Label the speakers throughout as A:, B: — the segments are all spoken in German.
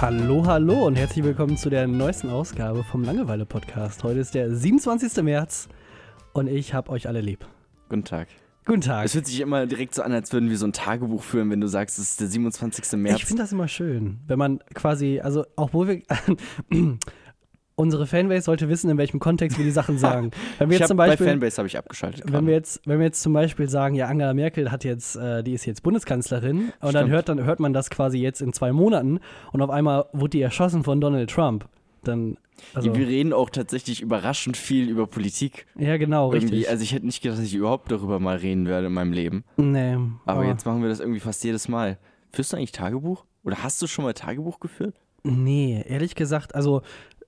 A: Hallo, hallo und herzlich willkommen zu der neuesten Ausgabe vom Langeweile-Podcast. Heute ist der 27. März und ich hab euch alle lieb.
B: Guten Tag.
A: Guten Tag.
B: Es fühlt sich immer direkt so an, als würden wir so ein Tagebuch führen, wenn du sagst, es ist der 27. März.
A: Ich finde das immer schön, wenn man quasi, also obwohl wir, unsere Fanbase sollte wissen, in welchem Kontext wir die Sachen sagen. Wenn wir
B: Ich
A: jetzt
B: hab,
A: zum
B: bei
A: Beispiel,
B: Fanbase habe ich abgeschaltet.
A: wenn
B: gerade.
A: wir jetzt, wenn wir jetzt zum Beispiel sagen, ja Angela Merkel hat jetzt, äh, die ist jetzt Bundeskanzlerin und dann
B: Stimmt.
A: hört dann hört man das quasi jetzt in zwei Monaten und auf einmal wurde die erschossen von Donald Trump, dann also,
B: Wir reden auch tatsächlich überraschend viel über Politik.
A: ja genau
B: Irgendwie.
A: richtig.
B: Also ich hätte nicht gedacht, dass ich überhaupt darüber mal reden werde in meinem Leben.
A: nee,
B: Aber jetzt machen wir das irgendwie fast jedes Mal. Führst du eigentlich Tagebuch? Oder hast du schon mal Tagebuch geführt?
A: Nee, ehrlich gesagt, also,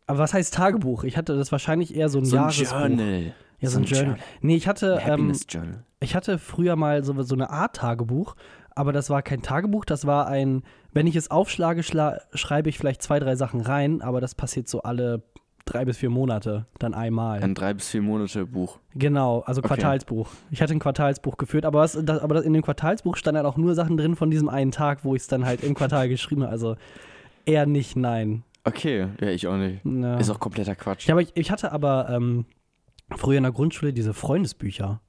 A: aber was heißt Tagebuch? Ich hatte das wahrscheinlich eher so ein Jahresbuch.
B: Journal.
A: Ja, so ein Journal. Nee, ich hatte,
B: Ein
A: ähm,
B: Happiness Journal.
A: ich hatte früher mal so, so eine Art Tagebuch, aber das war kein Tagebuch, das war ein, wenn ich es aufschlage, schla schreibe ich vielleicht zwei, drei Sachen rein, aber das passiert so alle drei bis vier Monate, dann einmal.
B: Ein drei bis vier Monate Buch.
A: genau, also
B: Okay.
A: Quartalsbuch. Ich hatte ein Quartalsbuch geführt, aber, was, das, aber das, in dem Quartalsbuch stand halt auch nur Sachen drin von diesem einen Tag, wo ich es dann halt im Quartal geschrieben habe. Also eher nicht, nein.
B: Okay, ja, ich auch nicht.
A: Ja.
B: Ist auch kompletter Quatsch.
A: Ja, aber ich, ich hatte aber ähm, früher in der Grundschule diese Freundesbücher.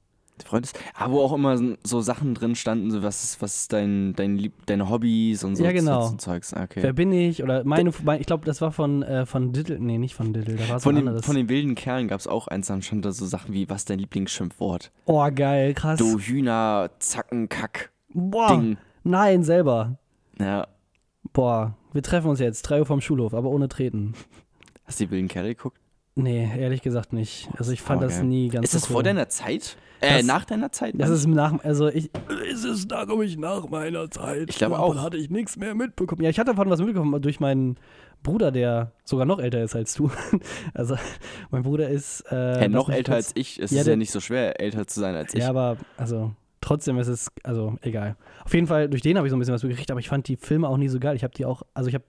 B: Freundes. Ah, wo auch immer so Sachen drin standen, so was ist, was ist dein, dein Lieb deine Hobbys und so,
A: Ja, genau.
B: so Zeugs. Ah, Okay.
A: Wer bin ich? Oder meine, mein, ich glaube, das war von, äh, von Diddle. Nee, nicht von Diddle, da war es
B: Von
A: ein
B: den,
A: anderes.
B: von den wilden Kerlen gab es auch eins, dann stand da so Sachen wie, was ist dein Lieblingsschimpfwort?
A: oh, geil, krass.
B: Du Hühner, Zacken, Kack,
A: Boah,
B: Ding.
A: nein, selber.
B: Ja,
A: Boah, wir treffen uns jetzt, 3 Uhr vom Schulhof, aber ohne Treten.
B: hast du die wilden Kerle geguckt?
A: Nee, ehrlich gesagt nicht. Also ich fand
B: Oh,
A: das
B: geil.
A: nie ganz
B: Ist das
A: so
B: vor
A: cool.
B: deiner Zeit? Äh,
A: Das-
B: nach deiner Zeit?
A: Das
B: Mann?
A: ist nach, also ich, es ist nach, glaub ich nach meiner Zeit.
B: Ich glaube
A: Davon
B: auch.
A: hatte ich nichts mehr mitbekommen. Ja, ich hatte davon was mitbekommen durch meinen Bruder, der sogar noch älter ist als du. Also mein Bruder ist äh,
B: Hä,
A: lass
B: noch
A: mich
B: älter
A: kurz-
B: als ich. Es
A: Ja,
B: ist
A: der-
B: ja nicht so schwer, älter zu sein als ich.
A: Ja, aber also trotzdem ist es also egal. Auf jeden Fall durch den habe ich so ein bisschen was gekriegt, aber ich fand die Filme auch nie so geil. Ich habe die auch, also ich habe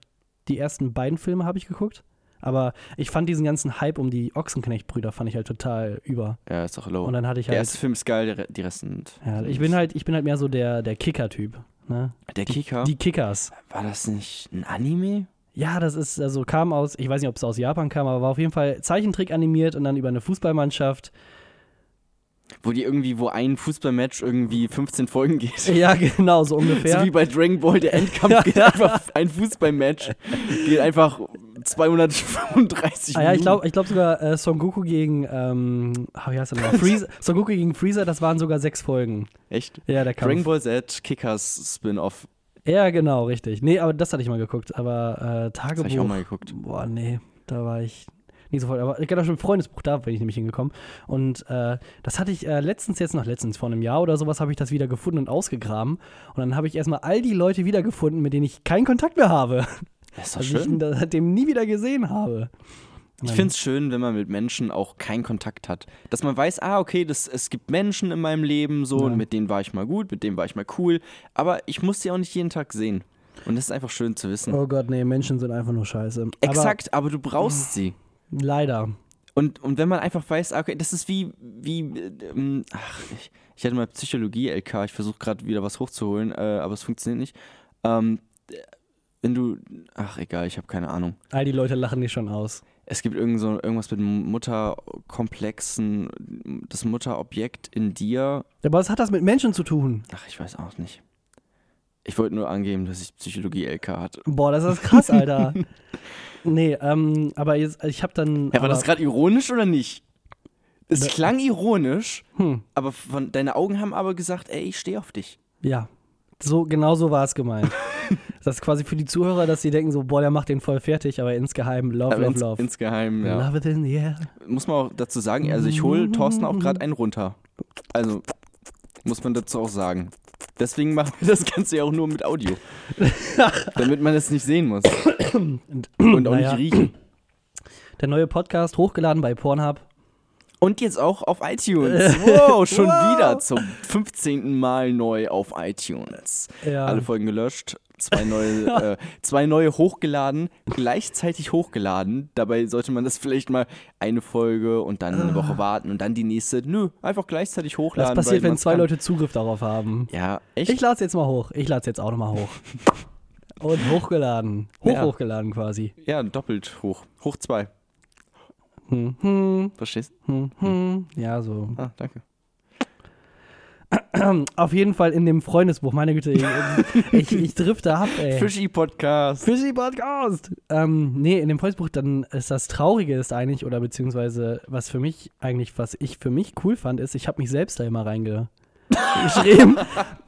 A: die ersten beiden Filme habe ich geguckt, aber ich fand diesen ganzen Hype um die Ochsenknecht-Brüder fand ich halt total über.
B: ja, ist auch low.
A: Und dann hatte ich
B: Oh, der
A: halt
B: erste Film ist geil, der Re- die Resten.
A: Ja, ich bin halt, ich bin halt mehr so der, der Kicker-Typ. Ne?
B: Der Kicker,
A: Die Kickers.
B: war das nicht ein Anime?
A: Ja, das ist, also kam aus, ich weiß nicht, ob es aus Japan kam, aber war auf jeden Fall Zeichentrick animiert und dann über eine Fußballmannschaft.
B: Wo die irgendwie, wo ein Fußballmatch irgendwie 15 Folgen geht.
A: Ja, genau, so
B: So
A: ungefähr.
B: wie bei Dragon Ball, der Endkampf geht einfach ein Fußballmatch. Geht einfach 235
A: Ah ja, ich
B: Minuten.
A: glaube ich glaub sogar äh, Son Goku gegen, ähm, ah, wie heißt er noch? Freezer, Son Goku gegen Freezer, das waren sogar sechs Folgen.
B: Echt?
A: Ja, der
B: Dragon
A: Kampf.
B: Ball Z, Kickers Spin-Off.
A: Ja, genau, richtig. Nee, aber das hatte ich mal geguckt, aber äh,
B: Das habe ich auch
A: Tagebuch,
B: mal geguckt.
A: boah, nee, da war ich nicht sofort, aber ich hatte schon ein Freundesbuch, da bin ich nämlich hingekommen und äh, das hatte ich äh, letztens jetzt noch, letztens vor einem Jahr oder sowas, habe ich das wieder gefunden und ausgegraben und dann habe ich erstmal all die Leute wiedergefunden, mit denen ich keinen Kontakt mehr habe,
B: Das ist
A: also
B: doch
A: die ich
B: schön.
A: ihn seitdem nie wieder gesehen habe.
B: Ich finde es schön, wenn man mit Menschen auch keinen Kontakt hat. Dass man weiß, ah, okay, das, es gibt Menschen in meinem Leben so,
A: Ja.
B: und mit denen war ich mal gut, mit denen war ich mal cool. Aber ich muss sie auch nicht jeden Tag sehen. Und das ist einfach schön zu wissen.
A: Oh Gott, nee, Menschen sind einfach nur scheiße.
B: Hm. Exakt, aber du brauchst sie.
A: Aber leider.
B: Und, und wenn man einfach weiß, ah, okay, das ist wie, wie, äh, ähm, ach, ich, ich hatte mal Psychologie-LK, ich versuche gerade wieder was hochzuholen, äh, aber es funktioniert nicht. Ähm, äh, wenn du, ach egal, ich habe keine Ahnung.
A: All die Leute lachen dich schon aus.
B: Es gibt irgend so, irgendwas mit Mutterkomplexen, das Mutterobjekt in dir.
A: Aber was hat das mit Menschen zu tun?
B: Ach, ich weiß auch nicht. Ich wollte nur angeben, dass ich Psychologie-LK hatte.
A: Boah, das ist krass, Alter. nee, ähm, aber jetzt, ich habe dann.
B: Ja, war
A: aber,
B: das gerade ironisch oder nicht? Es
A: Ne.
B: klang ironisch,
A: hm,
B: aber von, deine Augen haben aber gesagt, ey, ich stehe auf dich.
A: ja. So, genau so war es gemeint. das ist quasi für die Zuhörer, dass sie denken so, boah, der macht den voll fertig, aber insgeheim, love,
B: Aber
A: love,
B: ins,
A: love.
B: Insgeheim, ja.
A: Love it in the air.
B: Muss man auch dazu sagen, also ich hole Thorsten auch gerade einen runter. Also, muss man dazu auch sagen. Deswegen machen wir das Ganze ja auch nur mit Audio. damit man es nicht sehen muss.
A: Und,
B: Und auch
A: naja,
B: nicht riechen.
A: Der neue Podcast, hochgeladen bei Pornhub.
B: Und jetzt auch auf iTunes. Wow, schon
A: Wow.
B: wieder zum 15. Mal neu auf iTunes.
A: Ja.
B: Alle Folgen gelöscht, zwei neue, äh, zwei neue hochgeladen, gleichzeitig hochgeladen. Dabei sollte man das vielleicht mal eine Folge und dann eine Woche warten und dann die nächste. Nö, einfach gleichzeitig hochladen.
A: Ah. das passiert, wenn
B: weil man's
A: zwei
B: kann.
A: Leute Zugriff darauf haben.
B: Ja,
A: Ich
B: echt?
A: lade es jetzt mal hoch. Ich lade es jetzt auch nochmal hoch. Und hochgeladen. Hoch,
B: Ja.
A: hochgeladen quasi.
B: Ja, doppelt hoch. Hoch zwei.
A: Hm, hm,
B: Verstehst du?
A: hm, hm. Ja, so.
B: Ah, danke.
A: Auf jeden Fall in dem Freundesbuch, meine Güte, ich, ich, ich drifte ab, ey.
B: E Fischi-Podcast.
A: Fishy Podcast. Ähm, nee, in dem Freundesbuch dann ist das Traurige ist eigentlich, oder beziehungsweise was für mich eigentlich, was ich für mich cool fand, ist, ich habe mich selbst da immer reingeschrieben.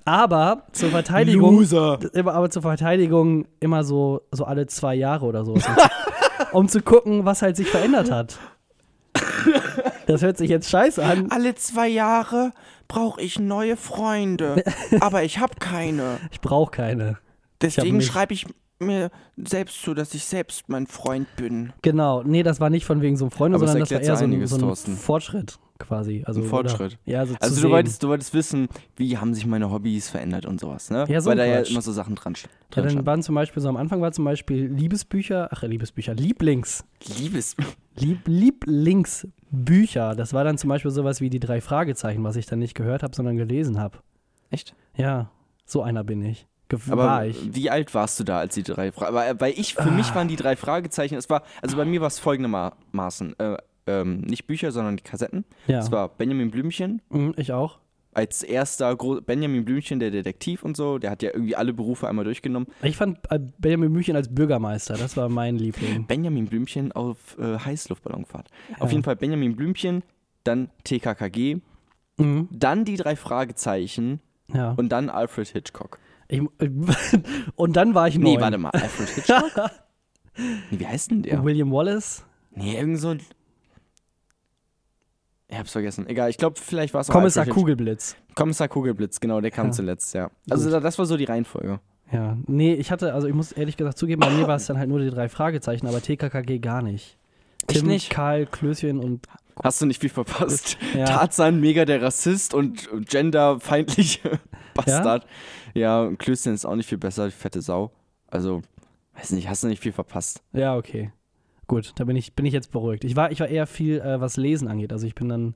A: aber zur Verteidigung.
B: Loser.
A: Das Immer, aber zur Verteidigung immer so, so alle zwei Jahre oder so. Um zu, um zu gucken, was halt sich verändert hat. Das hört sich jetzt scheiße an.
B: Alle zwei Jahre brauche ich neue Freunde, aber ich habe keine.
A: Ich brauche keine.
B: Deswegen
A: mich.
B: schreibe ich mir selbst zu, dass ich selbst mein Freund bin.
A: Genau, nee, das war nicht von wegen so einem Freund,
B: Aber es
A: sondern das war
B: erklärt so
A: eher so ein,
B: einiges,
A: so ein
B: Thorsten.
A: Fortschritt quasi. Also,
B: Ein Fortschritt.
A: Oder, ja, so zu
B: Also du
A: sehen.
B: wolltest, du wolltest wissen, wie haben sich meine Hobbys verändert und sowas, ne?
A: Ja, so
B: Weil
A: ein
B: da ja
A: Quatsch.
B: immer so Sachen dran sch-
A: ja,
B: drin
A: dann
B: standen.
A: waren zum Beispiel so am Anfang war zum Beispiel Liebesbücher, ach Liebesbücher, Lieblings,
B: Liebes.
A: Lieb, Lieblingsbücher. Das war dann zum Beispiel sowas wie die drei Fragezeichen, was ich dann nicht gehört habe, sondern gelesen habe.
B: Echt?
A: Ja, so einer bin ich. Ge
B: Aber
A: war ich.
B: wie alt warst du da, als die drei Fragezeichen? Weil ich, für mich waren die drei Fragezeichen, es war, also bei mir war es folgendermaßen, äh, ähm, nicht Bücher, sondern die Kassetten.
A: Ja.
B: Es war Benjamin Blümchen,
A: Mhm, ich auch.
B: als erster Gro Benjamin Blümchen, der Detektiv und so, der hat ja irgendwie alle Berufe einmal durchgenommen.
A: Ich fand äh, Benjamin München als Bürgermeister, das war mein Liebling.
B: Benjamin Blümchen auf äh, Heißluftballonfahrt.
A: Ja.
B: Auf jeden Fall Benjamin Blümchen, dann TKKG,
A: Mhm,
B: dann die drei Fragezeichen
A: ja. Und,
B: und dann Alfred Hitchcock.
A: ich, und dann war ich neun.
B: Nee, warte mal, Alfred Hitchcock? nee, wie heißt denn der?
A: William Wallace.
B: Nee, irgend so ein... Ich hab's vergessen. Egal, ich glaube, vielleicht war es auch
A: Kommissar
B: Alfred Hitch-
A: Kugelblitz.
B: Kommissar Kugelblitz, genau, der kam
A: Ja.
B: zuletzt, ja. Also da, das war so die Reihenfolge.
A: Ja, nee, ich hatte, also ich muss ehrlich gesagt zugeben, bei mir war es dann halt nur die drei Fragezeichen, aber TKKG gar nicht.
B: Ich
A: Tim,
B: nicht.
A: Karl, Klößchen und
B: Hast du nicht viel verpasst?
A: Ja.
B: Tarzan, mega der Rassist und genderfeindliche Bastard. Ja, und Klößchen ist auch nicht viel besser, die fette Sau. Also, weiß nicht, hast du nicht viel verpasst.
A: ja, okay. Gut, da bin ich, bin ich jetzt beruhigt. Ich war, ich war eher viel, äh, was Lesen angeht. Also ich bin dann,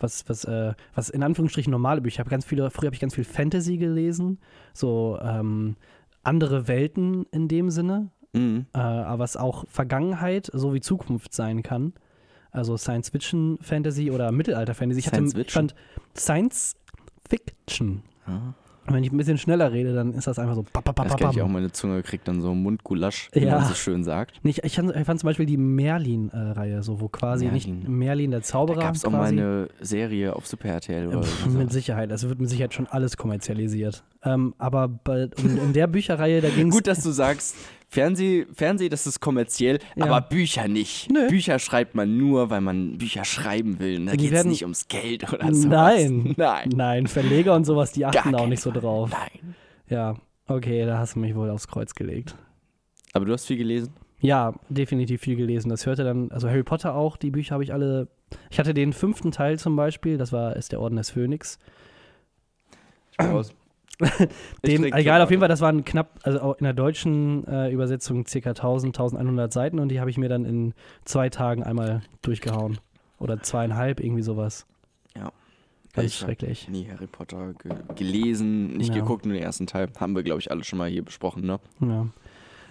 A: was, was, äh, was in Anführungsstrichen normale Bücher. Ich habe ganz viele, früher habe ich ganz viel Fantasy gelesen, so ähm, andere Welten in dem Sinne,
B: Mhm.
A: äh, aber was auch Vergangenheit sowie Zukunft sein kann. Also Science Fiction Fantasy oder Mittelalter Fantasy. Ich, hatte,
B: Science
A: ich
B: Fiction.
A: fand Science Fiction.
B: Ah.
A: Und wenn ich ein bisschen schneller rede, dann ist das einfach so. ba, ba, ba,
B: Das
A: ba,
B: kann ich auch
A: bam.
B: meine Zunge kriegt dann so Mundgulasch, wie
A: Ja.
B: man so schön sagt.
A: Nee, Ich, ich, fand, ich fand zum Beispiel die Merlin-Reihe, so wo quasi nicht
B: Merlin.
A: Merlin der
B: Da
A: Zauberer.
B: gab es auch mal
A: quasi.
B: eine Serie auf Super RTL oder
A: Pff,
B: so.
A: mit Sicherheit, es wird mit Sicherheit schon alles kommerzialisiert. Ähm, aber bei, in, in der Bücherreihe, da ging es.
B: Gut, dass du sagst, Fernseh, Fernseh, das ist kommerziell,
A: Ja.
B: aber Bücher nicht.
A: Nö.
B: Bücher schreibt man nur, weil man Bücher schreiben will. Und Da
A: Die
B: geht es
A: werden-
B: nicht ums Geld oder so.
A: Nein.
B: Nein.
A: Nein, Verleger und sowas, die achten
B: Gar
A: da auch
B: keinen
A: nicht so
B: Fall.
A: drauf.
B: Nein.
A: Ja, okay, da hast du mich wohl aufs Kreuz gelegt.
B: Aber du hast viel gelesen?
A: Ja, definitiv viel gelesen. Das hörte dann, also Harry Potter auch, die Bücher habe ich alle. Ich hatte den fünften Teil zum Beispiel, das war ist der Orden des Phönix.
B: Raus. Ich
A: Den,
B: trinke
A: egal, auf jeden
B: Schokolade.
A: Fall, das waren knapp, also auch in der deutschen äh, Übersetzung ca. 1000, 1100 Seiten und die habe ich mir dann in zwei Tagen einmal durchgehauen. Oder zweieinhalb, irgendwie sowas.
B: Ja.
A: Ganz
B: Ich hab
A: schrecklich.
B: Nie Harry Potter ge gelesen, nicht
A: Ja.
B: geguckt, nur den ersten Teil. Haben wir, glaube ich, alle schon mal hier besprochen, ne?
A: Ja.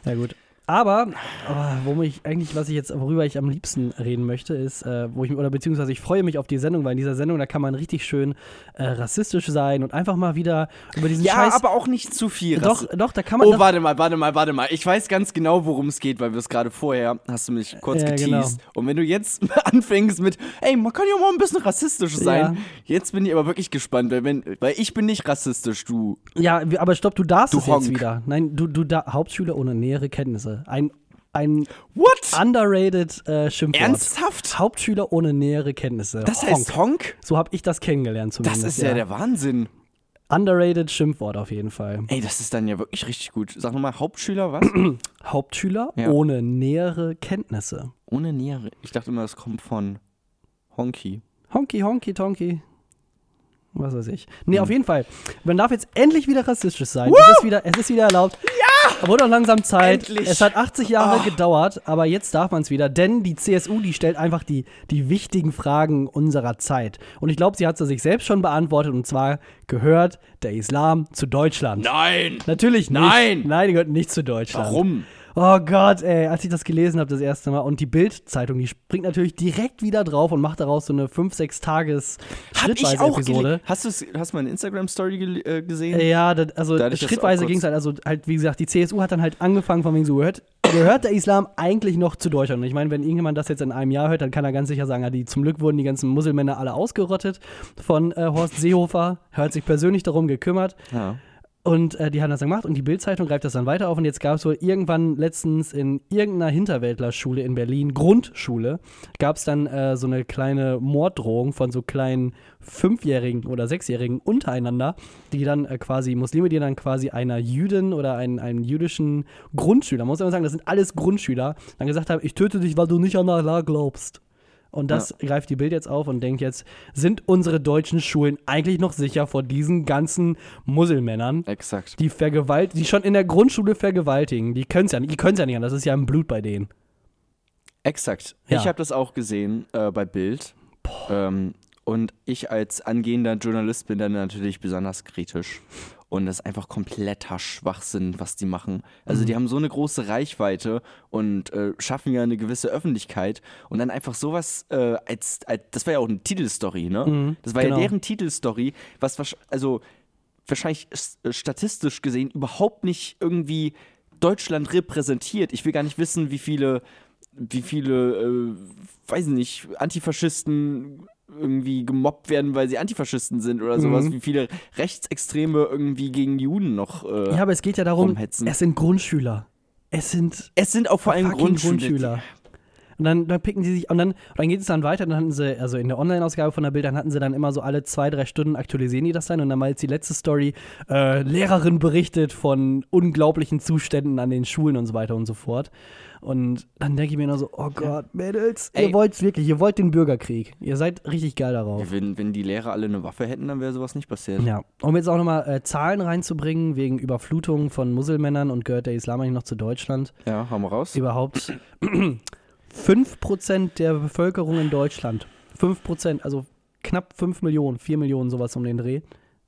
A: ja, gut. Aber, oh, worum ich eigentlich, was ich jetzt, worüber ich am liebsten reden möchte, ist, äh, wo ich, oder beziehungsweise ich freue mich auf die Sendung, weil in dieser Sendung, da kann man richtig schön äh, rassistisch sein und einfach mal wieder über diesen
B: Ja,
A: Scheiß.
B: aber auch nicht zu viel.
A: doch, doch, da kann man.
B: Oh,
A: doch-
B: warte mal, warte mal, warte mal. Ich weiß ganz genau, worum es geht, weil wir es gerade vorher, hast du mich kurz
A: Ja,
B: geteased.
A: genau.
B: Und wenn du jetzt anfängst mit, ey, man kann ja mal ein bisschen rassistisch sein,
A: Ja.
B: jetzt bin ich aber wirklich gespannt, weil, wenn, weil ich bin nicht rassistisch, du.
A: Ja, wir- aber stopp, du darfst
B: Du
A: es jetzt
B: Honk.
A: wieder. Nein, du, du da, Hauptschüler ohne nähere Kenntnisse. Ein, ein Ah,
B: What?
A: underrated äh, Schimpfwort.
B: Ernsthaft?
A: Hauptschüler ohne nähere Kenntnisse.
B: Das
A: Honk.
B: heißt Honk?
A: So habe ich das kennengelernt
B: Das
A: zumindest.
B: ist ja, der Wahnsinn.
A: Underrated Schimpfwort auf jeden Fall.
B: Ey, das ist dann ja wirklich richtig gut. Sag nochmal, Hauptschüler, was?
A: Hauptschüler
B: Ja.
A: ohne nähere Kenntnisse.
B: Ohne nähere. Ich dachte immer, das kommt von Honky.
A: Honky, honky, tonky.
B: Hm.
A: Was weiß ich. Nee, auf jeden Fall. Man darf jetzt endlich wieder rassistisch sein. Es ist wieder, es ist wieder erlaubt. Ja! Wurde auch langsam Zeit.
B: Endlich. Oh.
A: Es hat 80 Jahre gedauert, aber jetzt darf man es wieder, denn die CSU, die stellt einfach die, die wichtigen Fragen unserer Zeit. Und ich glaube, sie hat sie sich selbst schon beantwortet, und zwar gehört der Islam zu Deutschland.
B: Nein!
A: Natürlich nicht.
B: Nein.
A: Nein, die gehört nicht zu Deutschland.
B: Warum?
A: Oh Gott, ey, als ich das gelesen habe das erste Mal und die Bild-Zeitung, die springt natürlich direkt wieder drauf und macht daraus so eine 5, 6 Tages schrittweise Episode.
B: gele- Hast du hast du meine Instagram Story äh, gesehen?
A: Ja, das, also
B: Da hatte ich das
A: schrittweise
B: auch kurz.
A: ging es halt, also halt, wie gesagt, die CSU hat dann halt angefangen von wegen so, gehört, gehört der Islam eigentlich noch zu Deutschland? Und ich meine, wenn irgendjemand das jetzt in einem Jahr hört, dann kann er ganz sicher sagen, ja, die, zum Glück wurden die ganzen Muselmänner alle ausgerottet von äh, Horst Seehofer, er hat sich persönlich darum gekümmert.
B: Ja.
A: Und äh, die haben das dann gemacht und die Bild-Zeitung greift das dann weiter auf. Und jetzt gab es wohl irgendwann letztens in irgendeiner Hinterwäldlerschule in Berlin, Grundschule, gab es dann äh, so eine kleine Morddrohung von so kleinen Fünfjährigen oder Sechsjährigen untereinander, die dann äh, quasi Muslime, die dann quasi einer Jüdin oder einen, einem jüdischen Grundschüler, man muss immer sagen, das sind alles Grundschüler, dann gesagt haben: Ich töte dich, weil du nicht an Allah glaubst. Und das greift die Bild jetzt auf und denkt jetzt, sind unsere deutschen Schulen eigentlich noch sicher vor diesen ganzen Muselmännern,
B: Exakt.
A: die vergewalt, die schon in der Grundschule vergewaltigen? Die können es ja nicht, die können es ja nicht anders, das ist ja im Blut bei denen.
B: Exakt.
A: Ja.
B: Ich habe das auch gesehen äh, bei Bild. Ähm, und ich als angehender Journalist bin dann natürlich besonders kritisch. Und das ist einfach kompletter Schwachsinn, was die machen.
A: Mhm.
B: Also die haben so eine große Reichweite und äh, schaffen ja eine gewisse Öffentlichkeit. Und dann einfach sowas äh, als, als, das war ja auch eine Titelstory, ne? das war
A: genau.
B: ja deren Titelstory, was, wahrsch- also wahrscheinlich s- äh, statistisch gesehen überhaupt nicht irgendwie Deutschland repräsentiert. Ich will gar nicht wissen, wie viele, wie viele, äh, weiß nicht, Antifaschisten irgendwie gemobbt werden, weil sie Antifaschisten sind
A: Mhm.
B: oder sowas, wie viele Rechtsextreme irgendwie gegen Juden noch. Äh,
A: Ja, aber es geht ja darum,
B: Rumhetzen.
A: es sind Grundschüler. Es sind
B: Es sind auch vor allem
A: fucking
B: Grundschüler.
A: Grundschüler. Und dann, dann picken sie sich, und dann, und dann geht es dann weiter, dann hatten sie, also in der Online-Ausgabe von der Bild, dann hatten sie dann immer so alle zwei, drei Stunden aktualisieren die das dann und dann war jetzt die letzte Story, äh, Lehrerin berichtet von unglaublichen Zuständen an den Schulen und so weiter und so fort. Und dann denke ich mir nur so, oh Gott, Mädels, ihr
B: Ey.
A: wollt's wirklich, ihr wollt den Bürgerkrieg. Ihr seid richtig geil darauf.
B: Ja, wenn, wenn die Lehrer alle eine Waffe hätten, dann wäre sowas nicht passiert.
A: Ja, um jetzt auch nochmal äh, Zahlen reinzubringen, wegen Überflutungen von Muselmännern und gehört der Islam eigentlich noch zu Deutschland.
B: Ja, haben wir raus.
A: überhaupt 5% der Bevölkerung in Deutschland, 5%, also knapp 5 Millionen, 4 Millionen sowas um den Dreh,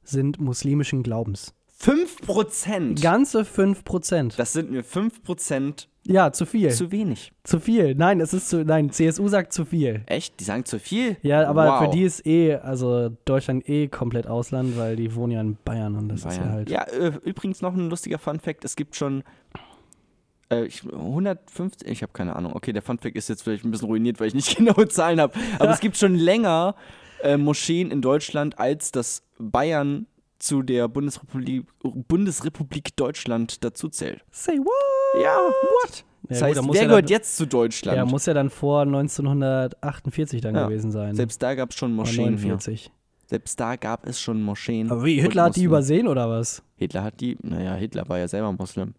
A: sind muslimischen Glaubens.
B: 5%!
A: Ganze 5%.
B: Das sind mir 5%
A: Ja, zu viel. Zu,
B: zu wenig.
A: viel. Nein, es ist zu nein, CSU sagt zu viel.
B: Echt? Die sagen zu viel?
A: Ja, aber
B: Wow.
A: für die ist eh, also Deutschland eh komplett Ausland, weil die wohnen ja in Bayern und das ist ja
B: Bayern.
A: halt.
B: Ja, äh, übrigens noch ein lustiger Funfact: Es gibt schon äh, ich, 150, ich habe keine Ahnung. Okay, der Funfact ist jetzt vielleicht ein bisschen ruiniert, weil ich nicht genaue Zahlen habe. Aber es gibt schon länger äh, Moscheen in Deutschland, als dass Bayern zu der Bundesrepublik, Bundesrepublik Deutschland dazu zählt.
A: Say what?
B: Ja,
A: Ja,
B: what? Das
A: gut,
B: heißt,
A: da muss
B: wer
A: ja dann-
B: gehört jetzt zu Deutschland?
A: Ja, muss ja dann vor 1948 dann
B: Ja,
A: gewesen sein.
B: Selbst da gab es schon
A: Oder
B: Moscheen. hier.
A: 49.
B: Selbst da gab es schon Moscheen.
A: Aber wie,
B: und
A: Hitler hat die
B: Muslime.
A: übersehen oder was?
B: Hitler hat die, naja, Hitler war ja selber Muslim.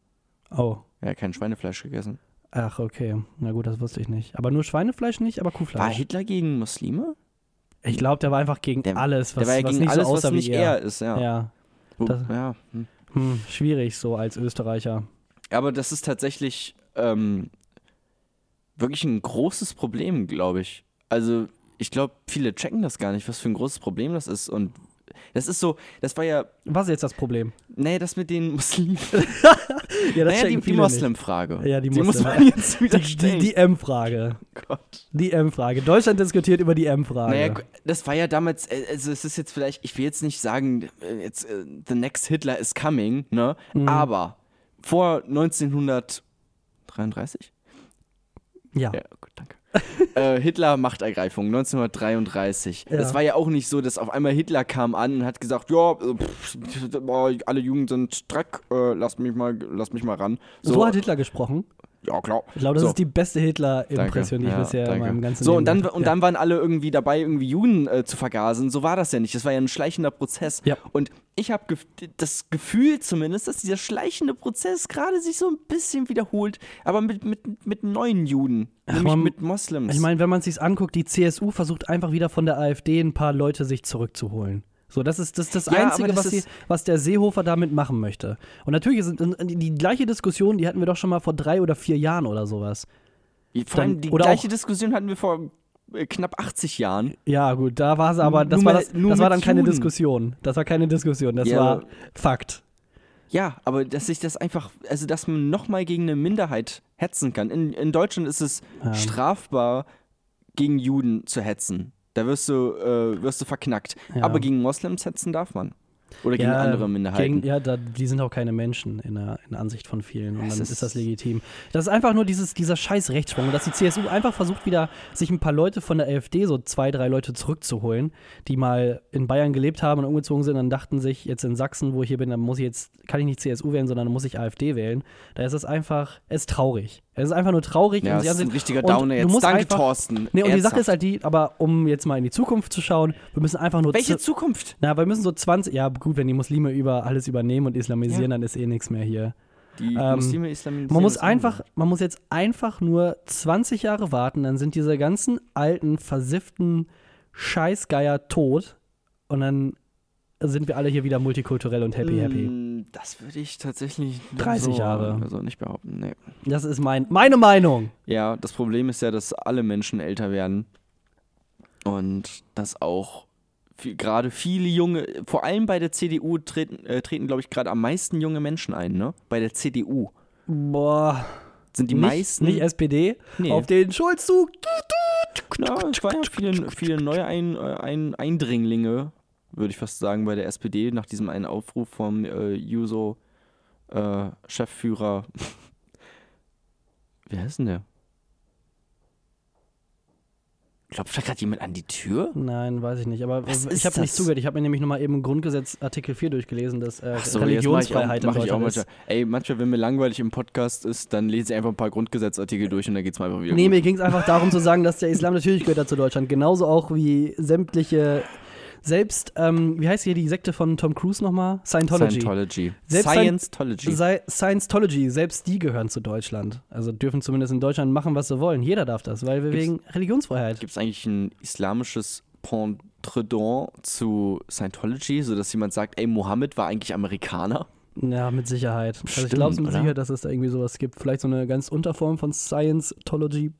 A: Oh.
B: Er hat kein Schweinefleisch gegessen.
A: Ach, okay. Na gut, das wusste ich nicht. Aber nur Schweinefleisch nicht, aber
B: War
A: Kuhfleisch.
B: Hitler gegen Muslime?
A: ich glaube, der war einfach gegen
B: Der-
A: alles, was,
B: der war ja
A: was
B: gegen
A: nicht
B: alles,
A: so aussah
B: was nicht
A: wie er.
B: er ist, ja.
A: Ja.
B: Wo-
A: das-
B: ja. hm.
A: Hm, schwierig so als Österreicher.
B: Aber das ist tatsächlich ähm, wirklich ein großes Problem, glaube ich. Also, ich glaube, viele checken das gar nicht, was für ein großes Problem das ist. Und das ist so, das war ja,
A: Was ist jetzt das Problem?
B: nee, das mit den Muslimen.
A: Ja, das
B: naja, die,
A: checken
B: die
A: viele
B: Muslim-Frage.
A: Ja, die
B: muss
A: Muslim-
B: man jetzt wieder
A: nicht. Die,
B: stellen.
A: die, die M-Frage.
B: Gott.
A: Die M-Frage. Deutschland diskutiert über die
B: Naja,
A: M-Frage.
B: gu- das war ja damals, äh, also es ist jetzt vielleicht, ich will jetzt nicht sagen, äh, jetzt äh, the next Hitler is coming, ne?
A: Mhm.
B: Aber vor 1933?
A: Ja.
B: Ja, gut, danke. äh, Hitler Machtergreifung 1933.
A: Ja.
B: Das war ja auch nicht so, dass auf einmal Hitler kam an und hat gesagt, ja, äh, pff, boah, alle Jugend sind Dreck, äh, lass mich mal, lass mich mal ran.
A: So, hat Hitler gesprochen.
B: ja klar.
A: Ich glaube, das
B: So.
A: ist die beste Hitler-Impression, die ich
B: Danke.
A: bisher in
B: danke.
A: meinem ganzen
B: So,
A: Leben
B: und dann,
A: hatte.
B: und dann waren alle irgendwie dabei, irgendwie Juden äh, zu vergasen. So war das ja nicht. Das war ja ein schleichender Prozess.
A: Ja.
B: Und ich habe gef das Gefühl zumindest, dass dieser schleichende Prozess gerade sich so ein bisschen wiederholt, aber mit, mit, mit neuen Juden, nämlich
A: man-
B: mit Moslems.
A: Ich meine, wenn man es sich anguckt, die CSU versucht einfach wieder von der AfD ein paar Leute sich zurückzuholen. So, das ist das, ist das
B: Ja, aber
A: Einzige,
B: das
A: was, die,
B: ist-
A: was der Seehofer damit machen möchte. Und natürlich ist die, die gleiche Diskussion, die hatten wir doch schon mal vor drei oder vier Jahren oder sowas.
B: Vor allem
A: Dann-
B: die
A: oder
B: gleiche
A: auch-
B: Diskussion hatten wir vor äh, knapp 80 Jahren.
A: Ja, gut, da war es aber, das,
B: Nur
A: war,
B: mit-
A: das,
B: nur
A: das war
B: mit
A: dann keine
B: Juden.
A: Diskussion. Das war keine Diskussion, das
B: Ja,
A: war
B: aber-
A: Fakt.
B: Ja, aber dass sich das einfach, also dass man nochmal gegen eine Minderheit hetzen kann. In, in Deutschland ist es
A: Ja.
B: strafbar, gegen Juden zu hetzen. Da wirst du, äh, wirst du verknackt.
A: Ja.
B: Aber gegen Moslems hetzen darf man. Oder gegen
A: Ja,
B: andere Minderheiten.
A: Gegen, ja, da, die sind auch keine Menschen in der, in der Ansicht von vielen. Und
B: Es
A: dann
B: ist-
A: ist das legitim. Das ist einfach nur dieses, dieser scheiß Rechtsschwung. Und dass die CSU einfach versucht, wieder sich ein paar Leute von der AfD, so zwei, drei Leute zurückzuholen, die mal in Bayern gelebt haben und umgezogen sind und dann dachten sich, jetzt in Sachsen, wo ich hier bin, dann muss ich jetzt, kann ich nicht CSU wählen, sondern dann muss ich AfD wählen. Da ist es einfach, es ist traurig. Es ist einfach nur traurig.
B: Ja,
A: und sie
B: das ist
A: haben
B: ein
A: sich-
B: richtiger
A: und
B: Downer
A: du
B: jetzt.
A: musst
B: Danke,
A: einfach-
B: Thorsten.
A: Nee, und die Sache
B: Ernsthaft.
A: ist halt die, aber um jetzt mal in die Zukunft zu schauen, wir müssen einfach nur
B: Welche Zukunft?
A: na, wir müssen so 20, ja gut, wenn die Muslime über alles übernehmen und islamisieren, dann ist eh nichts mehr hier.
B: Die
A: Ähm,
B: Muslime islamisieren.
A: Man muss
B: das andere.
A: einfach, man muss jetzt einfach nur 20 Jahre warten, dann sind diese ganzen alten, versifften Scheißgeier tot und dann sind wir alle hier wieder multikulturell und happy, happy.
B: Mm, Das würde ich tatsächlich
A: 30
B: so,
A: Jahre.
B: Also nicht behaupten. Nee.
A: Das ist mein, meine Meinung.
B: Ja, das Problem ist ja, dass alle Menschen älter werden. Und dass auch viel, gerade viele junge, vor allem bei der CDU treten, äh, treten glaube ich, gerade am meisten junge Menschen ein, ne? Bei der CDU.
A: Boah,
B: Sind die
A: nicht,
B: meisten.
A: nicht SPD,
B: Nee.
A: auf den Schulzzug.
B: Ja, es waren ja viele, viele neue ein, äh, ein Eindringlinge, würde ich fast sagen, bei der SPD, nach diesem einen Aufruf vom äh, Juso-Chefführer. Wer ist denn der? Klopft da gerade jemand an die Tür?
A: Nein, weiß ich nicht, aber
B: Was
A: ich
B: ist
A: habe nicht
B: das?
A: zugehört. Ich habe mir nämlich nochmal eben Grundgesetz Artikel 4 durchgelesen, dass äh,
B: Ach so, jetzt mach ich auch,
A: Religionsfreiheit
B: mach
A: in
B: ich auch
A: Deutschland ist.
B: manchmal. Ey, manchmal, wenn mir langweilig im Podcast ist, dann lese ich einfach ein paar Grundgesetzartikel durch und dann geht's mir einfach wieder
A: Nee,
B: gut.
A: mir ging es einfach darum zu sagen, dass der Islam natürlich gehört dazu Deutschland. Genauso auch wie sämtliche, selbst, ähm, wie heißt hier die Sekte von Tom Cruise nochmal? Scientology.
B: Scientology.
A: Selbst Scien-
B: Scientology.
A: Sei, Scientology, selbst die gehören zu Deutschland. Also dürfen zumindest in Deutschland machen, was sie wollen. Jeder darf das, weil wir
B: Gibt's-
A: wegen Religionsfreiheit.
B: Gibt es eigentlich ein islamisches Pontredon zu Scientology, sodass jemand sagt, ey, Mohammed war eigentlich Amerikaner?
A: Ja, mit Sicherheit. also ich
B: Stimmt,
A: glaube es mit
B: oder?
A: Sicherheit, dass es da irgendwie sowas gibt. Vielleicht so eine ganz Unterform von Scientology.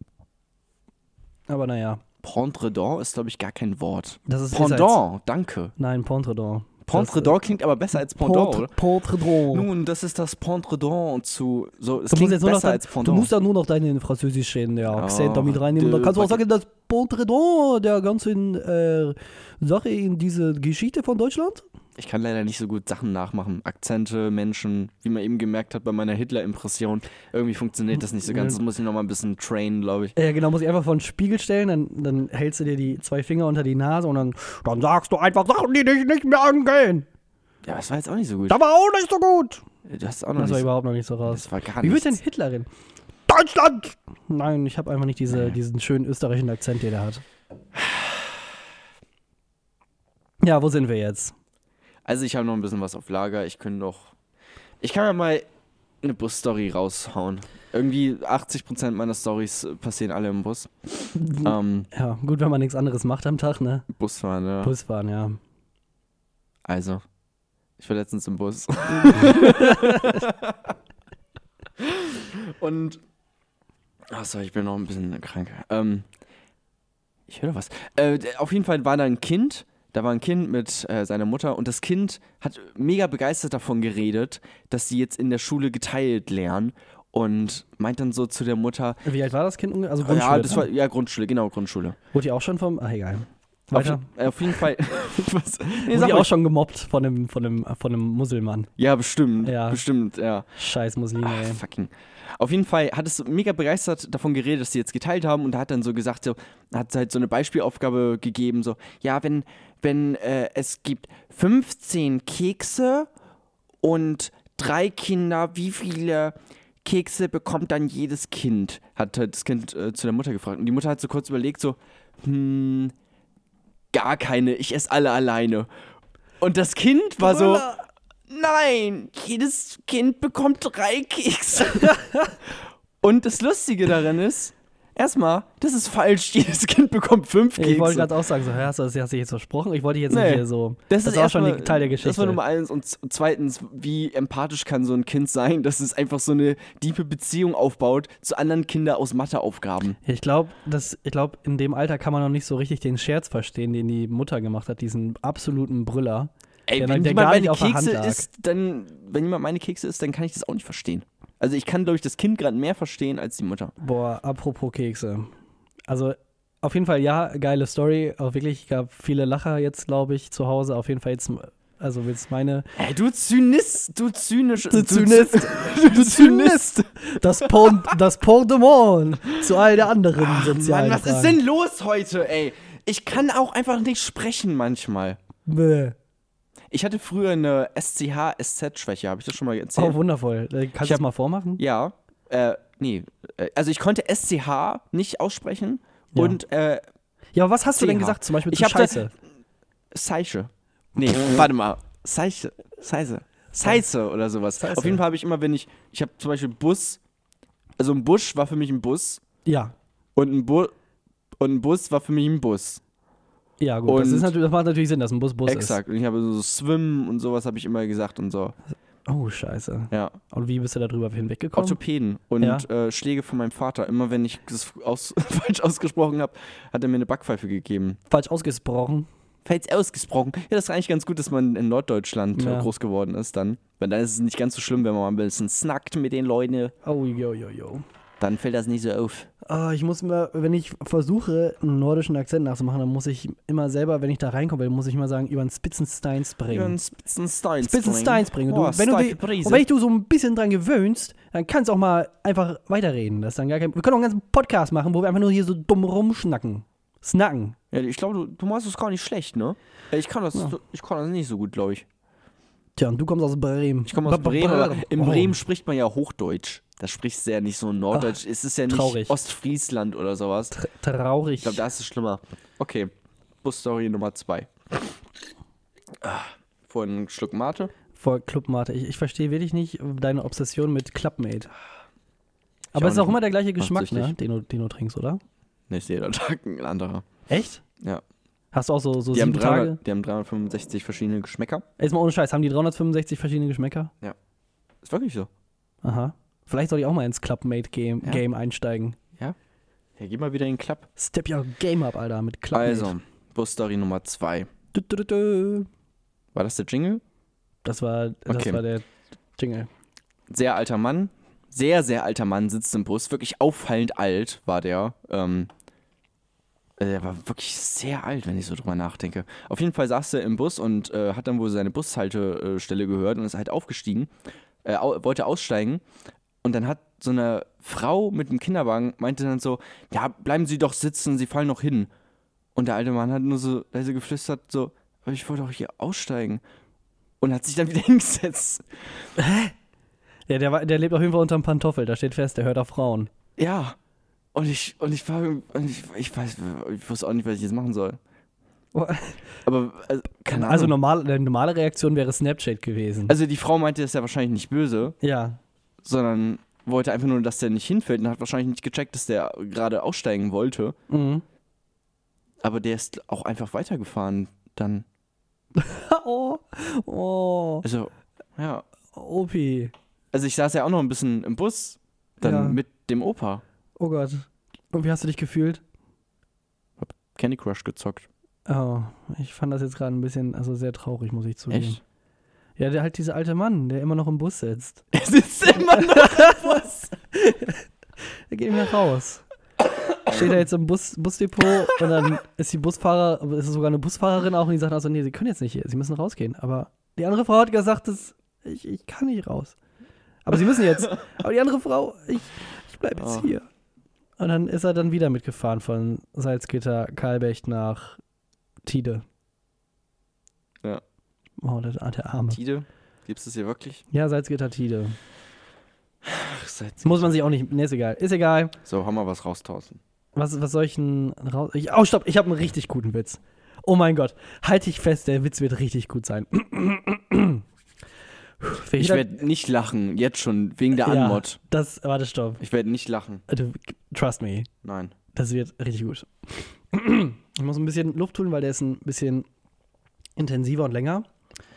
A: Aber naja,
B: Pontredon ist, glaube ich, gar kein Wort.
A: das ist. ist als- äh,
B: Pendant, danke.
A: Nein, Pontredon.
B: Pontredon klingt aber besser als Pendant, oder?
A: Pontredon.
B: Nun, das ist das Pontredon zu. So, es
A: Du musst,
B: klingt
A: jetzt nur noch
B: besser
A: dein,
B: als Pendant.
A: du musst ja nur noch deinen französischen ja, Akzent damit reinnehmen. Und dann
B: de-
A: kannst du auch
B: Paket-
A: sagen, das Pontredon der ganzen äh, Sache in diese Geschichte von Deutschland.
B: ich kann leider nicht so gut Sachen nachmachen. Akzente, Menschen, wie man eben gemerkt hat bei meiner Hitler-Impression. Irgendwie funktioniert das nicht so ganz. Das muss ich nochmal ein bisschen trainen, glaube ich.
A: Ja, genau, muss ich einfach vor den Spiegel stellen, dann, dann hältst du dir die zwei Finger unter die Nase und dann, dann sagst du einfach Sachen, die dich nicht mehr angehen.
B: Ja, das war jetzt auch nicht so gut.
A: Das war auch nicht so gut.
B: Du hast auch noch
A: Das war
B: nicht.
A: überhaupt noch nicht so raus.
B: Das war gar
A: Wie wird
B: nichts.
A: denn Hitlerin? Deutschland! Nein, ich habe einfach nicht diese, diesen schönen österreichischen Akzent, den er hat. Ja, wo sind wir jetzt?
B: Also ich habe noch ein bisschen was auf Lager. Ich könnte noch. Ich kann ja mal eine Bus-Story raushauen. Irgendwie 80% meiner Stories äh, passieren alle im Bus. ähm,
A: Ja, gut, wenn man nichts anderes macht am Tag, ne?
B: Busfahren, ja.
A: Busfahren, ja.
B: Also, ich war letztens im Bus. Und. Achso, ich bin noch ein bisschen krank. Ähm, ich höre was. Äh, d- auf jeden Fall war da ein Kind. Da war ein Kind mit äh, seiner Mutter und das Kind hat mega begeistert davon geredet, dass sie jetzt in der Schule geteilt lernen und meint dann so zu der Mutter,
A: Wie alt war das Kind? ungefähr? Also Grundschule.
B: ja, das
A: ne?
B: war ja Grundschule, genau Grundschule.
A: Wurde die auch schon vom. Ach, egal. Weiter.
B: Auf, äh, auf jeden Fall. was? Nee,
A: Wurde
B: sag
A: die
B: mal.
A: auch schon gemobbt von einem, von einem, von einem Muselmann.
B: ja, bestimmt,
A: Ja.
B: bestimmt, ja.
A: Scheiß Muslime,
B: Ah,
A: ey.
B: fucking. Auf jeden Fall hat es mega begeistert davon geredet, dass sie jetzt geteilt haben und hat dann so gesagt, so, hat halt so eine Beispielaufgabe gegeben, so, ja, wenn, wenn äh, es gibt 15 Kekse und drei Kinder, wie viele Kekse bekommt dann jedes Kind? Hat halt das Kind äh, zu der Mutter gefragt. Und die Mutter hat so kurz überlegt, so, hm, gar keine, ich esse alle alleine. Und das Kind war so, nein, jedes Kind bekommt drei Kekse. Und das Lustige daran ist, Erstmal, das ist falsch. Jedes Kind bekommt fünf Kekse.
A: Ich wollte gerade auch sagen, so, hä, hast du das hast du jetzt versprochen? Ich wollte dich jetzt
B: Nee.
A: nicht hier so.
B: das ist
A: auch schon
B: erstmal-
A: die- Teil der Geschichte.
B: Das war Nummer eins. Und z- zweitens, wie empathisch kann so ein Kind sein, dass es einfach so eine tiefe Beziehung aufbaut zu anderen Kindern aus Matheaufgaben.
A: Ich glaube, glaub, in dem Alter kann man noch nicht so richtig den Scherz verstehen, den die Mutter gemacht hat, diesen absoluten Brüller.
B: Ey,
A: Der-
B: wenn
A: der
B: jemand
A: gar
B: meine
A: nicht auf der
B: Kekse
A: Hand lag.
B: isst, dann, wenn jemand meine Kekse isst, dann kann ich das auch nicht verstehen. Also ich kann, glaube ich, das Kind gerade mehr verstehen als die Mutter.
A: Boah, apropos Kekse. Also, auf jeden Fall, ja, geile Story. Auch wirklich, gab viele Lacher jetzt, glaube ich, zu Hause. Auf jeden Fall jetzt, also jetzt meine.
B: Ey, du Zynist, du zynisch, du Oh
A: du Zynist! Das Pont, das Pendement zu all der anderen sozialen
B: Mann, was ist
A: Fragen.
B: denn los heute, ey? Ich kann auch einfach nicht sprechen manchmal.
A: Bäh.
B: Ich hatte früher eine SCH-SZ-Schwäche, habe ich das schon mal erzählt?
A: Oh, wundervoll. Äh, Kannst du
B: hab-
A: das mal vormachen?
B: Ja, äh, nee. Äh, Also ich konnte SCH nicht aussprechen
A: Ja.
B: und äh,
A: Ja, aber was hast du denn
B: CH.
A: gesagt? Zum Beispiel
B: Ich
A: zu
B: hab da-
A: Scheiße.
B: Seiche. Nee, warte mal. Seiche. Seiche. Seize oder sowas.
A: Seize.
B: Auf jeden Fall habe ich immer, wenn ich, ich habe zum Beispiel Bus, also ein Busch war für mich ein Bus
A: Ja.
B: und ein, Bu und ein Bus war für mich ein Bus.
A: Ja, gut. das,
B: Und-
A: ist natürlich, das macht natürlich Sinn, dass ein Bus Bus
B: Exakt. Und ich habe so Swim und sowas habe ich immer gesagt und so.
A: ist. Oh, scheiße.
B: Ja.
A: Und wie bist du darüber hinweggekommen?
B: Orthopäden und
A: Ja.
B: äh, Schläge von meinem Vater. Immer wenn ich das aus falsch ausgesprochen habe, hat er mir eine Backpfeife gegeben.
A: Falsch ausgesprochen.
B: Falls ausgesprochen. Ja, das ist eigentlich ganz gut, dass man in Norddeutschland äh,
A: Ja.
B: groß geworden ist dann. Weil dann ist es nicht ganz so schlimm, wenn man mal ein bisschen snackt mit den Leuten.
A: Oh, yo, yo, yo.
B: Dann fällt das nicht so auf.
A: Ah, ich muss immer, wenn ich versuche, einen nordischen Akzent nachzumachen, dann muss ich immer selber, wenn ich da reinkomme, dann muss ich immer sagen, über einen Spitzenstein springen.
B: Spitzenstein.
A: Spitzenstein springen.
B: Oh,
A: Du, wenn du dich, und wenn ich du so ein bisschen dran gewöhnst, dann kannst du auch mal einfach weiterreden. Das ist dann gar kein, wir können auch einen ganzen Podcast machen, wo wir einfach nur hier so dumm rumschnacken. Snacken.
B: ja, ich glaube, du, du machst es gar nicht schlecht, ne? Ja, Ich kann das,
A: Ja.
B: ich kann das nicht so gut, glaube ich.
A: Tja, und du kommst aus Bremen.
B: Ich komme aus Bremen, aber in
A: Oh.
B: Bremen spricht man ja Hochdeutsch. Da sprichst du ja nicht so Norddeutsch. es ist ja nicht
A: traurig.
B: Ostfriesland oder sowas.
A: Tr- Traurig.
B: Ich glaube, da ist es schlimmer. Okay, Busstory Nummer zwei. Ah, Vorhin einen Schluck Mate.
A: Vor Clubmate. Ich, ich verstehe wirklich nicht deine Obsession mit Clubmate. Aber
B: auch
A: es ist auch
B: nicht.
A: immer der gleiche Geschmack,
B: süchtig.
A: ne? den, du, den du trinkst, oder?
B: Nicht jeder Tag ein anderer.
A: Echt?
B: Ja.
A: Hast du auch so, so
B: Die haben,
A: sieben
B: 300,
A: Tage?
B: die haben 365 verschiedene Geschmäcker.
A: Jetzt mal ohne Scheiß, haben die 365 verschiedene Geschmäcker?
B: Ist wirklich so.
A: Aha. Vielleicht soll ich auch mal ins Clubmate-Game
B: Ja.
A: Game einsteigen.
B: Ja, geh mal wieder in den Club.
A: Step your game up, Alter, mit Clubmate.
B: Also, Busstory Nummer zwei.
A: Du, du, du, du.
B: War das der Jingle?
A: Das war, das
B: Okay.
A: war der Jingle.
B: Sehr alter Mann. Sehr, sehr alter Mann sitzt im Bus. Wirklich auffallend alt war der. Ähm, äh, der war wirklich sehr alt, wenn ich so drüber nachdenke. Auf jeden Fall saß er im Bus und äh, hat dann wohl seine Bushaltestelle gehört und ist halt aufgestiegen. Äh, au wollte aussteigen. Und dann hat so eine Frau mit dem Kinderwagen meinte dann so: Ja, bleiben Sie doch sitzen, Sie fallen noch hin. Und der alte Mann hat nur so leise geflüstert: So, aber ich wollte doch hier aussteigen. Und hat sich dann wieder hingesetzt.
A: Ja, der, war- der lebt auf jeden Fall unterm Pantoffel, da steht fest, der hört auf Frauen.
B: Ja. Und ich, und ich war, und ich, ich weiß, ich wusste auch nicht, was ich jetzt machen soll. Aber, also, keine Ahnung.
A: Also normal, eine normale Reaktion wäre Snapchat gewesen.
B: also die Frau meinte, das ist ja wahrscheinlich nicht böse,
A: ja.
B: sondern wollte einfach nur, dass der nicht hinfällt und hat wahrscheinlich nicht gecheckt, dass der gerade aussteigen wollte.
A: Mhm.
B: Aber der ist auch einfach weitergefahren dann.
A: Oh, oh,
B: Also, ja.
A: Opi.
B: Also ich saß ja auch noch ein bisschen im Bus, dann
A: Ja.
B: mit dem Opa.
A: Oh Gott. Und wie hast du dich gefühlt?
B: Candy Crush gezockt.
A: Oh, ich fand das jetzt gerade ein bisschen, also sehr traurig, muss ich zugeben.
B: Echt?
A: Ja, der halt dieser alte Mann, der immer noch im Bus sitzt.
B: Er sitzt immer noch im Bus.
A: Der geht nicht mehr raus. Steht er jetzt im Bus, Busdepot und dann ist die Busfahrer, ist sogar eine Busfahrerin auch und die sagt also, nee, sie können jetzt nicht hier, sie müssen rausgehen. Aber die andere Frau hat gesagt, das, ich, ich kann nicht raus. Aber sie müssen jetzt. Aber die andere Frau, ich, ich bleib jetzt
B: Oh.
A: hier. Und dann ist er dann wieder mitgefahren von Salzgitter, Kalbecht nach Tide.
B: Ja.
A: Oh, der, der Arme.
B: Tide, gibst du es hier wirklich?
A: Ja, Salzgitter, Tide.
B: Ach, seid
A: Muss man sich auch nicht, nee, ist egal. Ist egal.
B: So, haben wir was raus, Thorsten.
A: Was, was soll ich denn raus? Ich, oh, stopp, ich habe einen richtig guten Witz. Halt Oh mein Gott, halte ich fest, der Witz wird richtig gut sein.
B: Ich werde nicht lachen, jetzt schon, wegen der Anmod.
A: Ja, das, warte, stopp.
B: Ich werde nicht lachen.
A: Du, trust me,
B: Nein.
A: das wird richtig gut. Ich muss ein bisschen Luft tun, weil der ist ein bisschen intensiver und länger.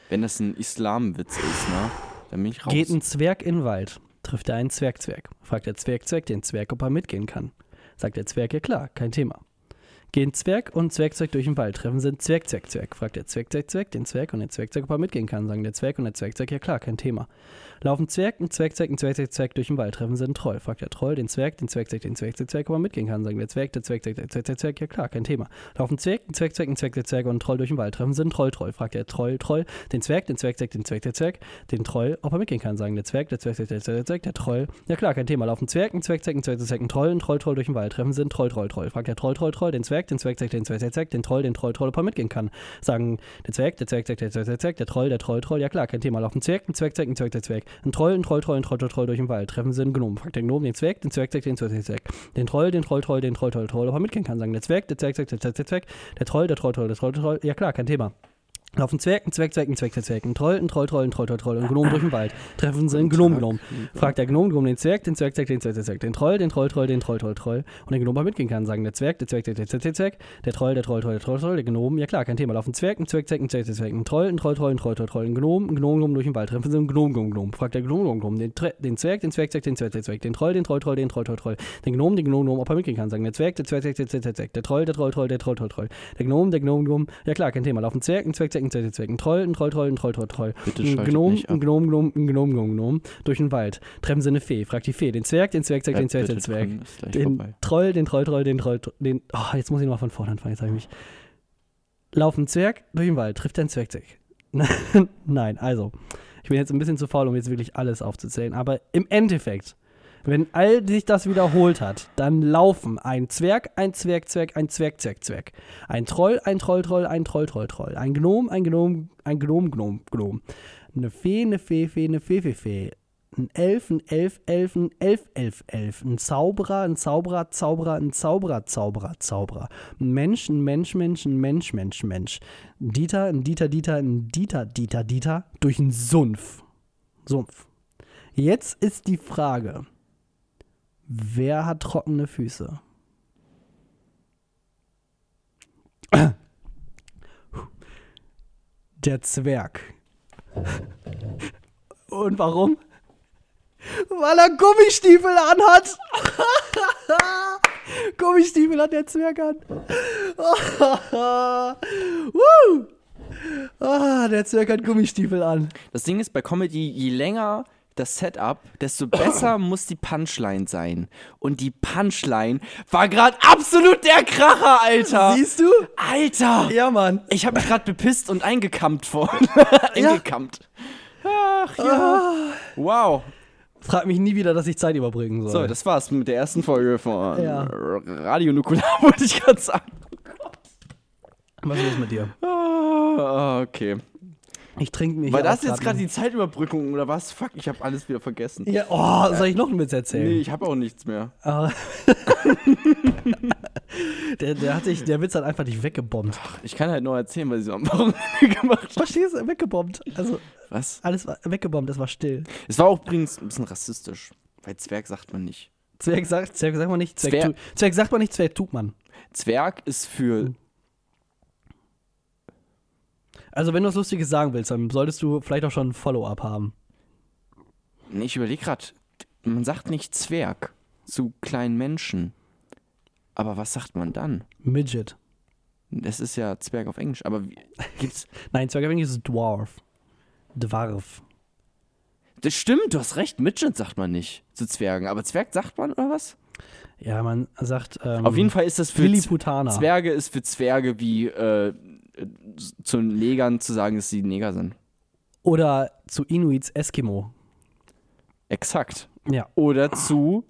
B: Wenn das ein Islamwitz ist, ne? Dann bin ich raus.
A: Geht ein Zwerg in den Wald, trifft er einen Zwergzwerg. Fragt der Zwergzwerg den Zwerg, ob er mitgehen kann. Sagt der Zwerg, ja klar, kein Thema. Gehen Zwerg und Zwergzwerg durch den Wald, treffen sind Zwerg, Zwerg, Zwerg. Fragt der Zwerg, Zwerg, Zwerg den Zwerg und der Zwergzwerg, ob er mitgehen kann. Sagen der Zwerg und der Zwergzwerg, ja klar, kein Thema. Laufen Zwerg, ein Zwergzwerg, ein Zwergzwerg, Zwerg durch den Wald, treffen sie einen Troll. Fragt der Troll den Zwerg, den Zwergzwerg, den Zwergzwerg, Zwerg, ob er mitgehen kann. Sagen der Zwerg, der Zwergzwerg, der Zwergzwerg, Zwerg, ja klar, kein Thema. Laufen Zwerg, ein Zwergzwerg, ein Zwergzwerg, Zwerg und ein Troll durch den Wald, treffen sie einen Troll, Troll. Fragt der Troll, Troll den Zwerg, den Zwergzwerg, den Zwerg, der Zwerg, den Troll, ob er mitgehen kann. Sagen der Zwerg, der Zwergzwerg, der Zwerg, der Zwerg, der Troll. Ja klar, kein Thema. Laufen Zwerg, ein Zwergzwerg, ein Zwergzwerg, ein Troll, ein Troll, Troll durch den Wald, treffen sie einen Troll, Troll, Troll. Fragt der Troll, Troll, Troll den Zwerg, den Zwergzwerg, den Zwergzwerg, den Troll, den Troll, Troll, ob er mitgehen kann. Sagen der Zwerg, der Zwerg, der Zwerg, der Zwerg, der Troll, der Troll, Troll, ja klar, kein Thema. Laufen Zwerg, ein Zwerg, ein Zwerg, der Zwerg, ein Troll, ein Troll, Troll, ein Troll, Troll, Troll durch den Wald. Treffen sie einen Gnom. Fragt der Gnom den Zwerg, den Zwerg, den Zwerg, den Zwerg, den Troll, den Troll, Troll, den Troll, Troll, Troll, ob er mitgehen kann. Sagen der Zwerg, der Zwerg, der Zwerg, der Zwerg, der Troll, der Troll, Troll, der Troll, der Troll, ja klar, kein Thema. Laufen Zwerg, ein Zwerg, Zwerg, ein Zwerg, ein Zwerg, ein Troll, ein Troll, Troll, ein Troll, Troll, Troll, ein Gnom durch den Wald. Treffen sie einen Gnom, Gnom. Fragt der Gnom, Gnom den Zwerg, den Zwerg, Zwerg, den Zwerg, Zwerg, den Troll, den Troll, Troll, den Troll, Troll, Troll. Und den Gnom mal mitgehen kann, sagen der Zwerg, der Zwerg, der Zwerg, der Zwerg, Zwerg, der Troll, der Troll, Troll, der Troll, Troll, der Gnom. Ja klar, kein Thema. Laufen Zwerg, ein Zwerg, Zwerg, ein Zwerg, Zwerg, ein Troll, ein Troll, Troll, ein Troll, Troll, Troll, ein Gnom, ein Gnom, Gnom durch den Wald. Treffen sie einen Gnom, Gnom, Gnom. Fragt der Gnom, Gnom, Gnom, den Tre- den Zwerg, den Zwerg, Zwerg, den Zwerg, den Zwerg, den Troll, den Troll, Troll, den Troll, Troll, Troll, den Gnom, den Gnom, Gnom, ob er mitgehen kann, sagen der Zwerg, der Zwerg, Zwerg, Zwerg, Zwerg, Zwerg, Zwerg, der Troll, der Troll, Troll, der Troll, Troll, Troll, der Gnom, der Gnom, Gnom. Ja klar, kein Thema. Laufen Zwerg, ein Zwerg, Zwerg, ein Zwerg, Zwerg, ein Troll, ein Troll, Troll, ein Troll, Troll, Troll.
B: Bitte
A: Ein
B: schaltet
A: Gnom,
B: halt nicht ab.
A: ein Gnom, Gnom, ein Gnom, Gnom, Gnom, durch den Wald. Treffen sie eine Fee. Fragt die Fee, den Zwerg, den Zwerg, Zwerg, den Zwerg, den
B: Bitte
A: Zwerg.
B: dran, ist gleich vorbei.
A: Den Troll, den Troll, Troll, den Troll, Troll- den. Oh, jetzt muss ich nochmal von vorne anfangen, jetzt habe ich mich. Laufen Zwerg durch den Wald, trifft ein Zwerg, Zwerg. Nein, also. Ich bin jetzt ein bisschen zu faul, um jetzt wirklich alles aufzuzählen, aber im Endeffekt, wenn all sich das wiederholt hat, dann laufen ein Zwerg, ein Zwerg, Zwerg, ein Zwerg, Zwerg, Zwerg. Ein Troll, ein Troll, Troll, ein Troll, Troll, Troll. Ein Gnom, ein Gnom, ein Gnom, Gnom, Gnom. Eine Fee, eine Fee, Fee, eine Fee, Fee, Fee. Ein Elf, ein Elf, Elf, ein Elf, Elf, Elf. Ein Zauberer, ein Zauberer, Zauberer, ein Zauberer, Zauberer, Zauberer. Ein Mensch, ein Mensch, Mensch, ein Mensch, Mensch, Mensch. Ein Dieter, ein Dieter, Dieter, ein Dieter, Dieter, Dieter. Durch einen Sumpf. Sumpf. Jetzt ist die Frage, wer hat trockene Füße? Der Zwerg. Und warum? Weil er Gummistiefel anhat. Gummistiefel hat der Zwerg an. Woo! Ah, der Zwerg hat Gummistiefel an.
B: Das Ding ist, bei Comedy, je länger das Setup, desto besser muss die Punchline sein. Und die Punchline war gerade absolut der Kracher, Alter.
A: Siehst du?
B: Alter!
A: Ja, Mann.
B: Ich habe mich gerade bepisst und eingekammt vorhin. eingekammt. Ach ja.
A: Ah.
B: Wow.
A: Frag mich nie wieder, dass ich Zeit überbringen soll.
B: So, das war's mit der ersten Folge von
A: Ja.
B: Radio Nukular, wollte ich gerade sagen.
A: Was ist los mit dir?
B: Ah, okay.
A: Ich trinke mir
B: War
A: hier
B: das
A: auch
B: jetzt gerade
A: grad
B: die Zeitüberbrückung oder was? Fuck, ich habe alles wieder vergessen.
A: ein- Ja, oh, soll ich noch einen Witz erzählen?
B: Nee, ich habe auch nichts mehr.
A: Aber- der, der, hat sich, der Witz hat einfach dich weggebombt.
B: Ich kann halt nur erzählen, was ich so am Wochenende gemacht habe.
A: Verstehst du? Weggebombt. Also,
B: Was?
A: alles war weggebombt, es war still.
B: Es war auch übrigens ein bisschen rassistisch. Weil Zwerg sagt man nicht.
A: Zwerg sagt, Zwerg sagt man nicht, Zwerg,
B: Zwer-
A: tu, Zwerg sagt man nicht, Zwerg tut man.
B: Zwerg ist für.
A: Also, wenn du was Lustiges sagen willst, dann solltest du vielleicht auch schon ein Follow-up haben.
B: Nee, ich überlege gerade. Man sagt nicht Zwerg zu kleinen Menschen. Aber was sagt man dann?
A: Midget.
B: Das ist ja Zwerg auf Englisch. Aber wie, gibt's.
A: Nein, Zwerg auf Englisch ist Dwarf. Dwarf.
B: Das stimmt, du hast recht. Midget sagt man nicht zu Zwergen. Aber Zwerg sagt man oder was?
A: Ja, man sagt. Ähm,
B: Auf jeden Fall ist das für Z-
A: Lilliputana.
B: Zwerge ist für Zwerge wie äh, zu Negern zu sagen, dass sie Neger sind.
A: Oder zu Inuits Eskimo.
B: Exakt.
A: Ja.
B: Oder zu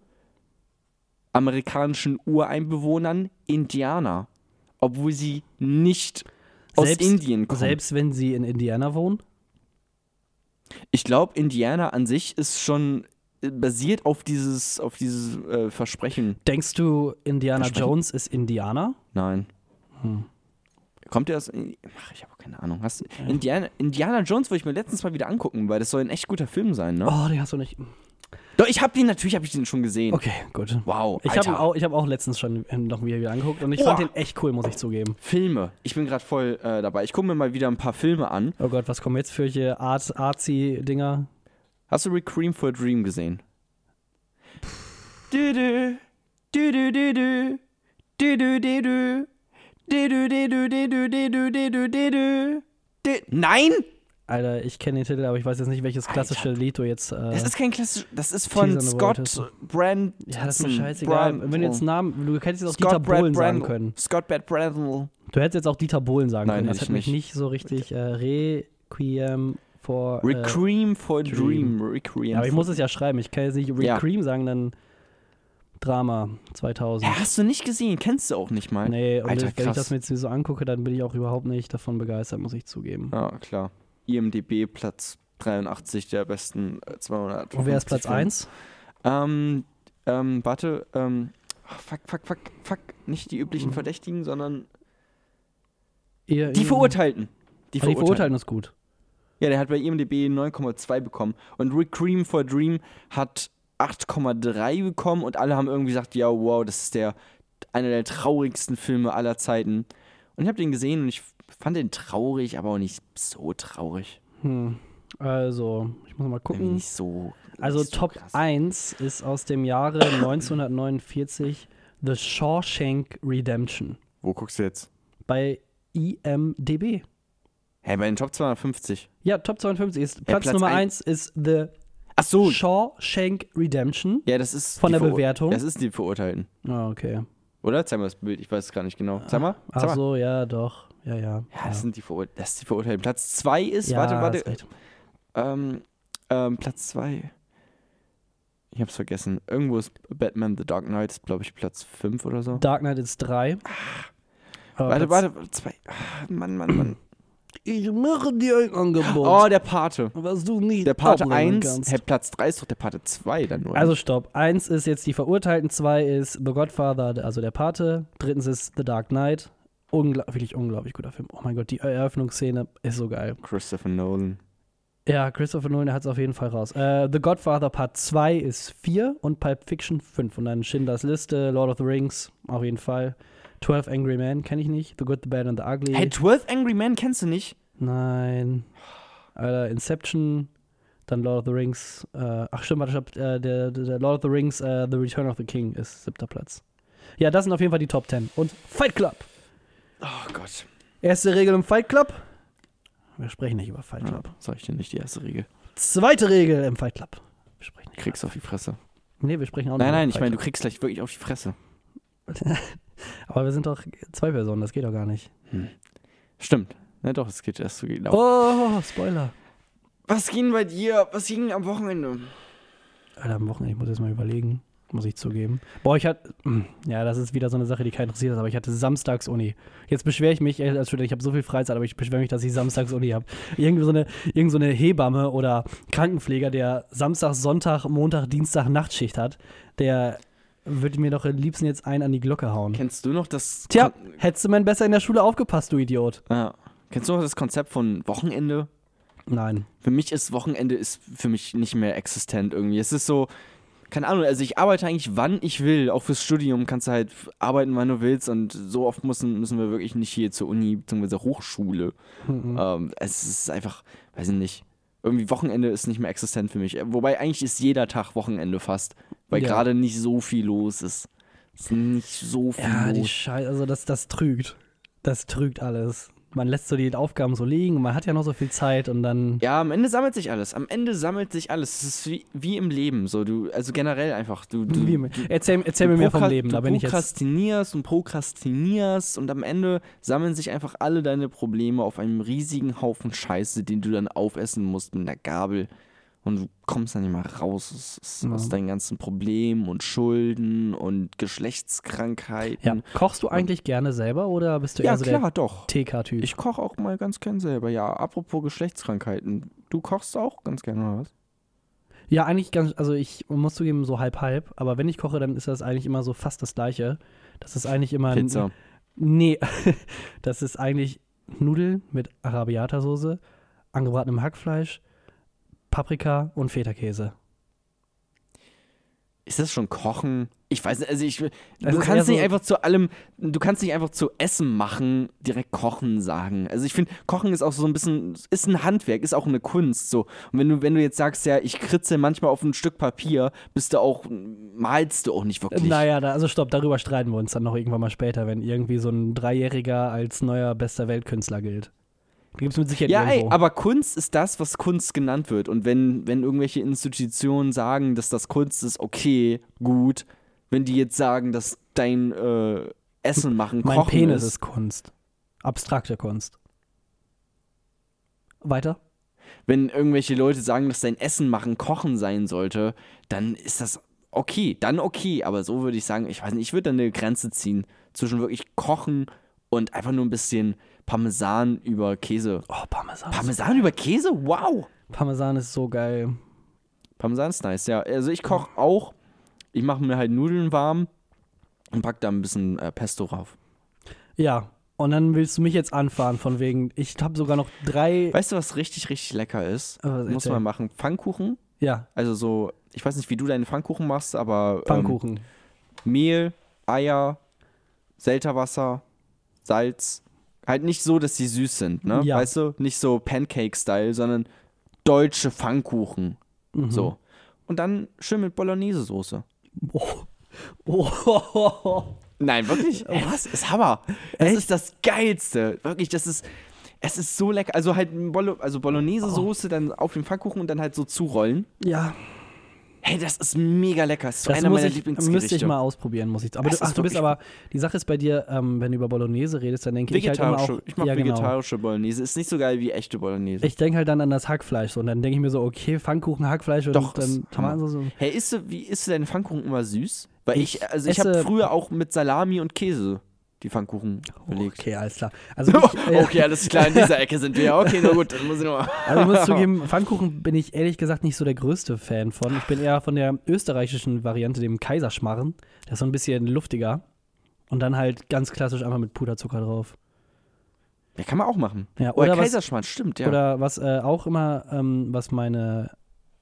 B: amerikanischen Ureinbewohnern Indianer, obwohl sie nicht aus
A: Selbst-
B: Indien kommen.
A: Selbst wenn sie in Indiana wohnen.
B: Ich glaube, Indianer an sich ist schon äh, basiert auf dieses, auf dieses äh, Versprechen.
A: Denkst du, Indiana
B: Versprechen.
A: Jones ist Indianer?
B: Nein. Kommt der aus. Ach, ich habe keine Ahnung. Hast, Indiana, Indiana Jones wollte ich mir letztens mal wieder angucken, weil das soll ein echt guter Film sein, ne?
A: Oh, den hast du nicht.
B: Doch, ich habe den, natürlich habe ich den schon gesehen.
A: Okay, gut.
B: Wow,
A: Ich
B: Alter.
A: habe auch, ich hab auch letztens schon ähm, noch wieder, wieder angeguckt und ich fand
B: Boah.
A: den echt cool, muss ich zugeben.
B: Filme. Ich bin gerade voll äh, dabei. Ich gucke mir mal wieder ein paar Filme an.
A: Oh Gott, was kommen jetzt für hier Art, Arzi-Dinger?
B: Hast du Requiem for a Dream gesehen? Düdü, düdü, düdü, düdü, düdü, düdü, düdü, düdü, düdü, düdü, düdü, dü- Nein!
A: Alter, ich kenne den Titel, aber ich weiß jetzt nicht, welches klassische Lied du jetzt. Äh,
B: Das ist kein klassisch. Das ist von
A: Teasern
B: Scott
A: wolltest.
B: Brand.
A: ja, das ist mir scheißegal. Wenn du
B: oh.
A: jetzt Namen, du hättest jetzt auch Dieter Bohlen sagen können.
B: Scott Brad Brandl.
A: Du hättest jetzt auch Dieter Bohlen sagen
B: Nein,
A: können. Das
B: hätte
A: hat
B: ich
A: mich
B: nicht.
A: nicht so richtig äh, Requiem for. Äh,
B: Requiem for a Dream. Requiem.
A: ja, aber ich
B: for-
A: muss es ja schreiben. Ich kann jetzt nicht
B: Ja.
A: Requiem sagen, dann Drama 2000.
B: Ja, hast du nicht gesehen? Kennst du auch nicht mal?
A: Nee, und
B: Alter,
A: wenn ich
B: krass.
A: das mir jetzt so angucke, dann bin ich auch überhaupt nicht davon begeistert, muss ich zugeben.
B: Ja, Ah, klar. IMDB Platz 83 der besten äh, 200.
A: Und wer ist Platz 1?
B: Ähm, ähm, warte, ähm, oh, fuck, fuck, fuck, fuck, nicht die
A: Mhm.
B: üblichen Verdächtigen, sondern die
A: Ah,
B: Verurteilten. Die
A: Die Verurteilten.
B: Verurteilten.
A: Die Verurteilten ist gut.
B: Ja, der hat bei IMDB 9,2 bekommen und Requiem for a Dream hat 8,3 bekommen und alle haben irgendwie gesagt, ja, wow, das ist der einer der traurigsten Filme aller Zeiten. Und ich habe den gesehen und ich fand den traurig, aber auch nicht so traurig.
A: Hm. Also, ich muss mal
B: Irgendwie
A: gucken.
B: Nicht so.
A: Also
B: nicht so
A: Top
B: krass.
A: 1 ist aus dem Jahre 1949 The Shawshank Redemption
B: Wo guckst du jetzt?
A: bei IMDB.
B: Hey, bei den Top 250.
A: Ja, Top 52 ist Platz,
B: Platz
A: Nummer
B: ein-
A: 1 ist The
B: Ach so.
A: Shawshank Redemption.
B: Ja, das ist.
A: Von
B: die
A: der
B: Verur-
A: Bewertung?
B: Das ist die Verurteilten.
A: Ah, okay.
B: Oder? Zeig mal das Bild, ich weiß es gar nicht genau. Zeig mal. Zeig
A: Ah, Ach
B: mal.
A: so, ja, doch. Ja, ja.
B: Ja, das, sind die Verur das ist die Verurteilten. Platz 2 ist.
A: Ja,
B: warte,
A: hast
B: warte.
A: recht.
B: Ähm, ähm, Platz 2. Ich hab's vergessen. Irgendwo ist Batman The Dark Knight, glaube ich, Platz 5 oder so.
A: Dark Knight ist 3.
B: Ah. warte, warte, warte. Zwei. Ah, Mann, Mann, Mann.
A: Ich mache dir ein Angebot,
B: Oh, der Pate.
A: was du nicht
B: Der Pate
A: ablehnen
B: 1. Hä, Platz 3 ist doch der Pate 2 dann nur.
A: Also stopp. Eins ist jetzt die Verurteilten, zwei ist The Godfather, also der Pate. Drittens ist The Dark Knight. Ungla wirklich unglaublich guter Film. Oh mein Gott, die Eröffnungsszene ist so geil.
B: Christopher Nolan.
A: Ja, Christopher Nolan hat es auf jeden Fall raus. Äh, The Godfather Part 2 ist 4 und Pulp Fiction 5. Und dann Schindlers Liste, Lord of the Rings, auf jeden Fall. 12 Angry Men kenne ich nicht. The Good, the Bad and the Ugly.
B: Hey, 12 Angry Men kennst du nicht?
A: Nein. Alter, Inception, dann Lord of the Rings. Äh, ach stimmt, warte, ich hab, äh, der, der- der Lord of the Rings, äh, The Return of the King ist siebter Platz. Ja, das sind auf jeden Fall die Top 10. Und Fight Club.
B: Oh Gott.
A: Erste Regel im Fight Club. Wir sprechen nicht über Fight Club.
B: Sag ich dir nicht die erste Regel.
A: Zweite Regel im Fight Club. Wir sprechen nicht.
B: Kriegst auf die Fresse.
A: Nee, wir sprechen auch
B: Nein, nein,
A: nicht.
B: ich meine, du kriegst gleich wirklich auf die Fresse.
A: ich meine. Aber wir sind doch zwei Personen, das geht doch gar nicht.
B: Stimmt. Na doch, es geht erst so genau.
A: Hm. Oh, Spoiler.
B: Was ging bei dir? Was ging am Wochenende?
A: Alter, am Wochenende, ich muss jetzt mal überlegen. Muss ich zugeben. Boah, ich hatte. mm, Ja, das ist wieder so eine Sache, die keinen interessiert, aber ich hatte samstags Uni. Jetzt beschwere ich mich, äh, als Student, ich habe so viel Freizeit, aber ich beschwere mich, dass ich samstags Uni habe. Irgendwie so eine, irgend so eine Hebamme oder Krankenpfleger, der Samstag, Sonntag, Montag, Dienstag Nachtschicht hat, der würde mir doch am liebsten jetzt einen an die Glocke hauen.
B: Kennst du noch das?
A: Tja,
B: Kon-
A: hättest du man besser in der Schule aufgepasst, du Idiot.
B: Ah, kennst du noch das Konzept von Wochenende?
A: Nein.
B: Für mich ist Wochenende ist für mich nicht mehr existent irgendwie. Es ist so, keine Ahnung. Also ich arbeite eigentlich, wann ich will. Auch fürs Studium kannst du halt arbeiten, wann du willst. Und so oft müssen müssen wir wirklich nicht hier zur Uni bzw. Hochschule.
A: Mhm.
B: Ähm, es ist einfach, weiß ich nicht. Irgendwie Wochenende ist nicht mehr existent für mich. Äh, Wobei eigentlich ist jeder Tag Wochenende fast, weil
A: Ja.
B: gerade nicht so viel los ist. Es ist nicht so viel
A: Ja, die
B: los.
A: Scheiße, also das, das trügt. Das trügt alles. Man lässt so die Aufgaben so liegen, und man hat ja noch so viel Zeit und dann.
B: Ja, am Ende sammelt sich alles. Am Ende sammelt sich alles. Es ist wie, wie im Leben. So, du, also generell einfach. Du, du,
A: Wie,
B: du,
A: erzähl erzähl mir
B: du
A: mehr vom
B: prokra-
A: Leben,
B: du
A: da bin ich jetzt.
B: prokrastinierst und prokrastinierst und am Ende sammeln sich einfach alle deine Probleme auf einem riesigen Haufen Scheiße, den du dann aufessen musst mit einer Gabel. Und du kommst dann nicht mal raus aus, aus
A: Ja.
B: aus deinen ganzen Problemen und Schulden und
A: Ja.
B: Geschlechtskrankheiten.
A: Kochst du eigentlich gerne selber oder bist du eher so
B: klar, doch.
A: der TK-Typ?
B: Ich koche auch mal ganz gern selber. Ja, apropos Geschlechtskrankheiten. Du kochst auch ganz gerne, oder was?
A: Ja, eigentlich ganz, also ich muss zugeben, so halb halb, aber wenn ich koche, dann ist das eigentlich immer so fast das gleiche. Das ist eigentlich immer ein,
B: Pizza.
A: Nee, das ist eigentlich Nudeln mit Arabiata-Soße, angebratenem Hackfleisch, Paprika und Feta-Käse.
B: Ist das schon Kochen? Ich weiß nicht, also ich, du
A: ist eher
B: kannst nicht
A: so-
B: einfach zu allem, du kannst nicht einfach zu Essen machen, direkt Kochen sagen. Also ich finde, Kochen ist auch so ein bisschen, ist ein Handwerk, ist auch eine Kunst so. Und wenn du, wenn du jetzt sagst, ja, ich kritze manchmal auf ein Stück Papier, bist du auch, malst du auch nicht wirklich.
A: Naja, da, also stopp, darüber streiten wir uns dann noch irgendwann mal später, wenn irgendwie so ein Dreijähriger als neuer bester Weltkünstler gilt. Da gibt es mit Sicherheit
B: Ja, ey,
A: irgendwo.
B: aber Kunst ist das, was Kunst genannt wird. Und wenn, wenn irgendwelche Institutionen sagen, dass das Kunst ist, okay, gut. Wenn die jetzt sagen, dass dein äh, Essen machen,
A: mein
B: Kochen
A: Penis
B: ist
A: ist Kunst. Abstrakte Kunst. Weiter?
B: wenn irgendwelche Leute sagen, dass dein Essen machen Kochen sein sollte, dann ist das okay, dann okay. Aber so würde ich sagen, ich weiß nicht, ich würde dann eine Grenze ziehen zwischen wirklich Kochen und einfach nur ein bisschen Parmesan über Käse.
A: Oh, Parmesan.
B: Parmesan über Käse? Wow!
A: Parmesan ist so geil.
B: Parmesan ist nice, ja. Also ich koche auch, ich mache mir halt Nudeln warm und pack da ein bisschen äh, Pesto drauf.
A: Ja, und dann willst du mich jetzt anfahren, von wegen, ich habe sogar noch drei.
B: Weißt du, was richtig, richtig lecker ist?
A: Aber Oh, was
B: Muss
A: erzähl.
B: man machen. Pfannkuchen,
A: Ja,
B: also so, ich weiß nicht, wie du deinen Pfannkuchen machst, aber ähm,
A: Pfannkuchen.
B: Mehl, Eier, Selterwasser, Salz. Halt nicht so, dass sie süß sind, ne?
A: Ja.
B: Weißt du? Nicht so Pancake-Style, sondern deutsche Pfannkuchen.
A: Mhm.
B: So. Und dann schön mit Bolognese-Soße.
A: Oh. Oh.
B: Nein, wirklich? Ey, was? Ist Hammer. Es ist das Geilste. Wirklich, das ist. Es ist so lecker. Also halt Bolo, also Bolognese-Soße dann auf den Pfannkuchen und dann halt so zurollen.
A: Ja,
B: Hey, das ist mega lecker. Das ist so
A: das
B: einer
A: muss
B: meiner
A: ich,
B: Lieblingsgerichte.
A: müsste ich mal ausprobieren, muss ich. Aber du,
B: Es ist
A: ach, du bist
B: wirklich-
A: aber, die Sache ist bei dir, ähm, wenn du über Bolognese redest, dann denke ich halt immer
B: Vegetarische.
A: auch,
B: ich mache
A: ja, genau.
B: vegetarische Bolognese. Ist nicht so geil wie echte Bolognese.
A: Ich denke halt dann an das Hackfleisch so, und dann denke ich mir so, okay, Pfannkuchen, Hackfleisch und
B: Doch,
A: dann
B: ist Hammer.
A: Tomaten so.
B: Hey, isst du, wie isst du deinen Pfannkuchen immer süß? Weil ich,
A: Ich
B: also ich
A: esse-
B: habe früher auch mit Salami und Käse die Pfannkuchen belegt.
A: Okay, alles klar. Also ich, äh,
B: okay, alles klar, in dieser Ecke sind wir. Okay, na gut, dann muss ich nochmal.
A: Also ich muss zugeben, Pfannkuchen bin ich ehrlich gesagt nicht so der größte Fan von. Ich bin eher von der österreichischen Variante, dem Kaiserschmarren. Der ist so ein bisschen luftiger. Und dann halt ganz klassisch einfach mit Puderzucker drauf.
B: Ja, kann man auch machen.
A: Ja,
B: oder
A: oder was-
B: Kaiserschmarrn, stimmt, ja.
A: Oder was äh, auch immer, ähm, was meine,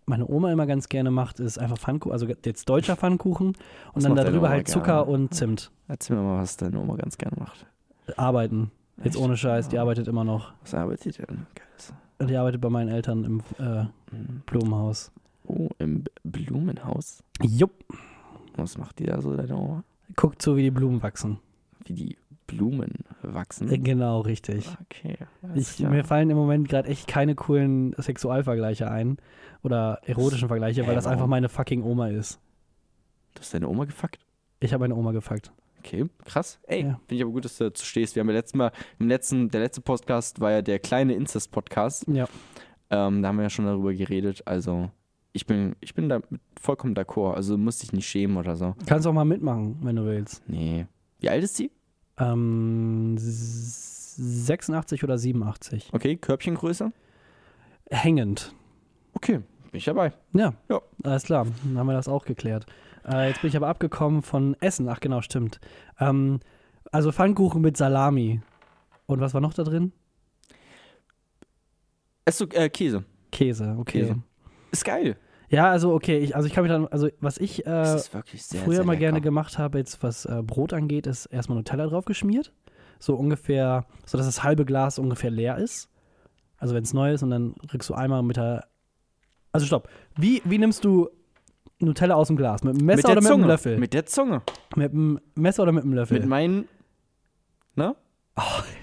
A: meine Oma immer ganz gerne macht, ist einfach Pfannkuchen, also jetzt deutscher Pfannkuchen. Und
B: Das
A: dann
B: macht deine
A: darüber
B: Oma
A: halt Zucker
B: gerne.
A: und Zimt.
B: Erzähl mir mal, was deine Oma ganz gerne macht.
A: Arbeiten. Jetzt
B: Echt?
A: ohne Scheiß, die arbeitet immer noch.
B: Was arbeitet ihr denn? Geiles.
A: Die arbeitet bei meinen Eltern im äh,
B: Mhm.
A: Blumenhaus.
B: Oh, im Blumenhaus.
A: Jupp.
B: Was macht die da so, deine Oma?
A: Guckt so, wie die Blumen wachsen.
B: Wie die Blumen wachsen.
A: Äh, Genau, richtig.
B: Okay. Mhm. alles
A: Ich,
B: klar.
A: mir fallen im Moment gerade echt keine coolen Sexualvergleiche ein oder erotischen Vergleiche, weil
B: Hä,
A: das
B: warum?
A: einfach meine fucking Oma ist.
B: Du hast deine Oma gefuckt?
A: Ich habe meine Oma gefuckt.
B: Okay, krass. Ey,
A: Ja.
B: finde ich aber gut, dass du dazu stehst. Wir haben ja letztes Mal, im letzten, der letzte Podcast war ja der kleine Incest-Podcast.
A: Ja.
B: Ähm, da haben wir ja schon darüber geredet. Also, ich bin, ich bin da mit- vollkommen d'accord. Also, musst dich nicht schämen oder so.
A: Kannst auch mal mitmachen, wenn du willst.
B: Nee. Wie alt ist sie?
A: Ähm, s- 86 oder 87.
B: Okay, Körbchengröße?
A: Hängend.
B: Okay, bin ich dabei.
A: Ja.
B: Ja.
A: Alles klar, dann haben wir das auch geklärt. Äh, jetzt bin ich aber abgekommen von Essen. Ach genau, stimmt. Ähm, also Pfannkuchen mit Salami. Und was war noch da drin?
B: Esst du äh, Käse?
A: Käse, okay.
B: Käse. Ist geil.
A: Ja, also okay, ich, also ich kann mich dann, also was ich
B: das
A: äh,
B: ist wirklich sehr,
A: früher
B: sehr
A: mal
B: lecker.
A: gerne gemacht habe, jetzt was äh, Brot angeht, ist erstmal Nutella drauf geschmiert. So ungefähr, sodass das halbe Glas ungefähr leer ist. Also wenn es neu ist und dann rückst du einmal mit der. Also stopp. Wie, wie nimmst du Nutella aus dem Glas? Mit dem Messer
B: mit der
A: oder mit
B: Zunge.
A: dem Löffel?
B: Mit der Zunge.
A: Mit dem Messer oder mit dem Löffel?
B: Mit meinen. Ne?
A: Oh.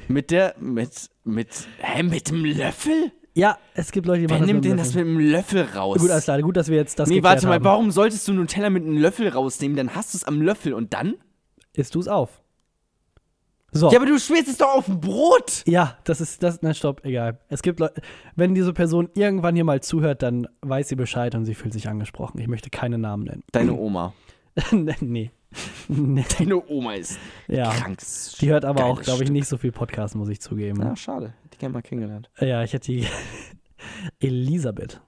B: Mit der. Mit. Mit. Hä, mit dem Löffel?
A: ja, es gibt Leute, die
B: Wer
A: machen
B: nimmt
A: das
B: denn
A: mit
B: das
A: dem Löffel.
B: mit dem Löffel raus?
A: Gut, alles klar. Gut, dass wir jetzt das
B: nee,
A: geklärt
B: warte mal,
A: haben.
B: warum solltest du Nutella mit einem Löffel rausnehmen? Dann hast du es am Löffel und dann?
A: Isst du es auf? So.
B: Ja, aber du schmierst es doch auf dem Brot!
A: Ja, das ist das. Nein, stopp, egal. Es gibt Leute, wenn diese Person irgendwann hier mal zuhört, dann weiß sie Bescheid und sie fühlt sich angesprochen. Ich möchte keine Namen
B: Deine Oma.
A: nennen. nee. nee.
B: Deine Oma ist
A: Ja.
B: krank.
A: Die hört aber auch,
B: Geiles
A: glaube ich,
B: Stück.
A: nicht so viel Podcast, muss ich zugeben.
B: Na, schade. Die gerne mal kennengelernt.
A: Ja, ich hätte die. Elisabeth.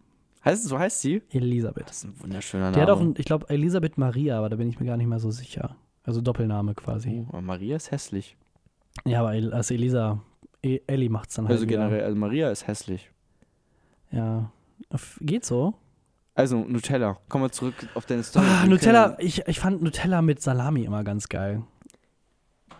B: Heißt, so heißt sie?
A: Elisabeth.
B: Das ist ein wunderschöner Name.
A: Die hat auch, ein, ich glaube,
B: Mhm.
A: Elisabeth Maria, aber da bin ich mir gar nicht mehr so sicher. Also Doppelname quasi.
B: Oh, aber Maria ist hässlich.
A: Ja, aber El- also Elisa, E- Ellie macht's dann halt.
B: Also
A: wieder.
B: generell, also Maria ist hässlich.
A: Ja. F- Geht so.
B: Also Nutella, komm mal zurück auf deine Story.
A: Ah,
B: Wir
A: Nutella,
B: können-
A: ich, ich fand Nutella mit Salami immer ganz geil.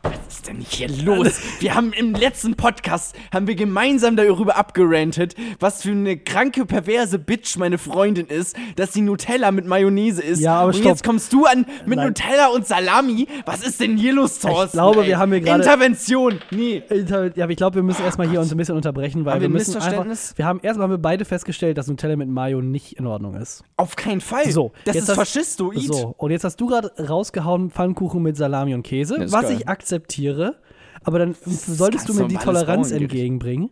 B: Was ist denn hier los? Wir haben im letzten Podcast haben wir gemeinsam darüber abgerantet, was für eine kranke, perverse Bitch meine Freundin ist, dass sie Nutella mit Mayonnaise ist.
A: Ja, aber
B: und
A: stopp.
B: jetzt kommst du an mit
A: Nein.
B: Nutella und Salami. Was ist denn hier los, Thorsten?
A: glaube,
B: ey?
A: wir haben hier gerade-
B: Intervention! Nee.
A: Inter- Ja, aber ich glaube, wir müssen erstmal hier uns ein bisschen unterbrechen, weil
B: Oh Haben wir
A: wir
B: ein
A: müssen
B: Missverständnis?
A: einfach. Wir haben erstmal haben wir beide festgestellt, dass Nutella mit Mayo nicht in Ordnung ist.
B: Auf keinen Fall.
A: So,
B: das
A: jetzt
B: ist
A: hast-
B: Faschistoid.
A: So, und jetzt hast du gerade rausgehauen Pfannkuchen mit Salami und Käse,
B: Das ist
A: was
B: geil.
A: ich akzeptiere, aber dann solltest du
B: ganz
A: mir die
B: normales
A: Toleranz
B: Bauerngericht.
A: entgegenbringen,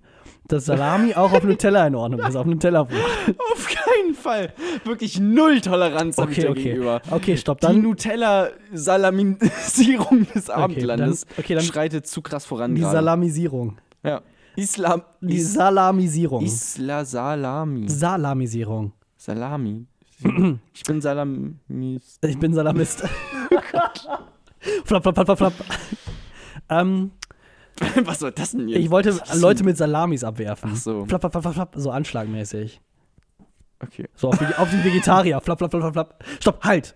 A: dass Salami auch auf Nutella in Ordnung ist, auf Nutella.
B: Auf keinen Fall. Wirklich null Toleranz hab ich
A: Okay,
B: dir
A: okay.
B: gegenüber.
A: Okay, stopp,
B: Die
A: dann
B: Nutella-Salamisierung des Abendlandes
A: dann- okay, dann-
B: schreitet zu krass voran
A: die
B: gerade.
A: Salamisierung.
B: Ja. Islam.
A: Die
B: Is
A: Salamisierung.
B: Isla Salami.
A: Salamisierung.
B: Salami. Ich bin Salamis.
A: Ich bin Salamist.
B: Oh
A: flap, flap, flap, flap, flap. ähm,
B: Was soll das denn jetzt?
A: ich wollte
B: Das ist
A: Leute
B: ein-
A: mit Salamis abwerfen.
B: Ach so.
A: Flap, flap, flap, flap, flap, so anschlagmäßig.
B: Okay.
A: So auf, die- auf den Vegetarier. Flap, flap, flap, flap, flap. Stopp, halt!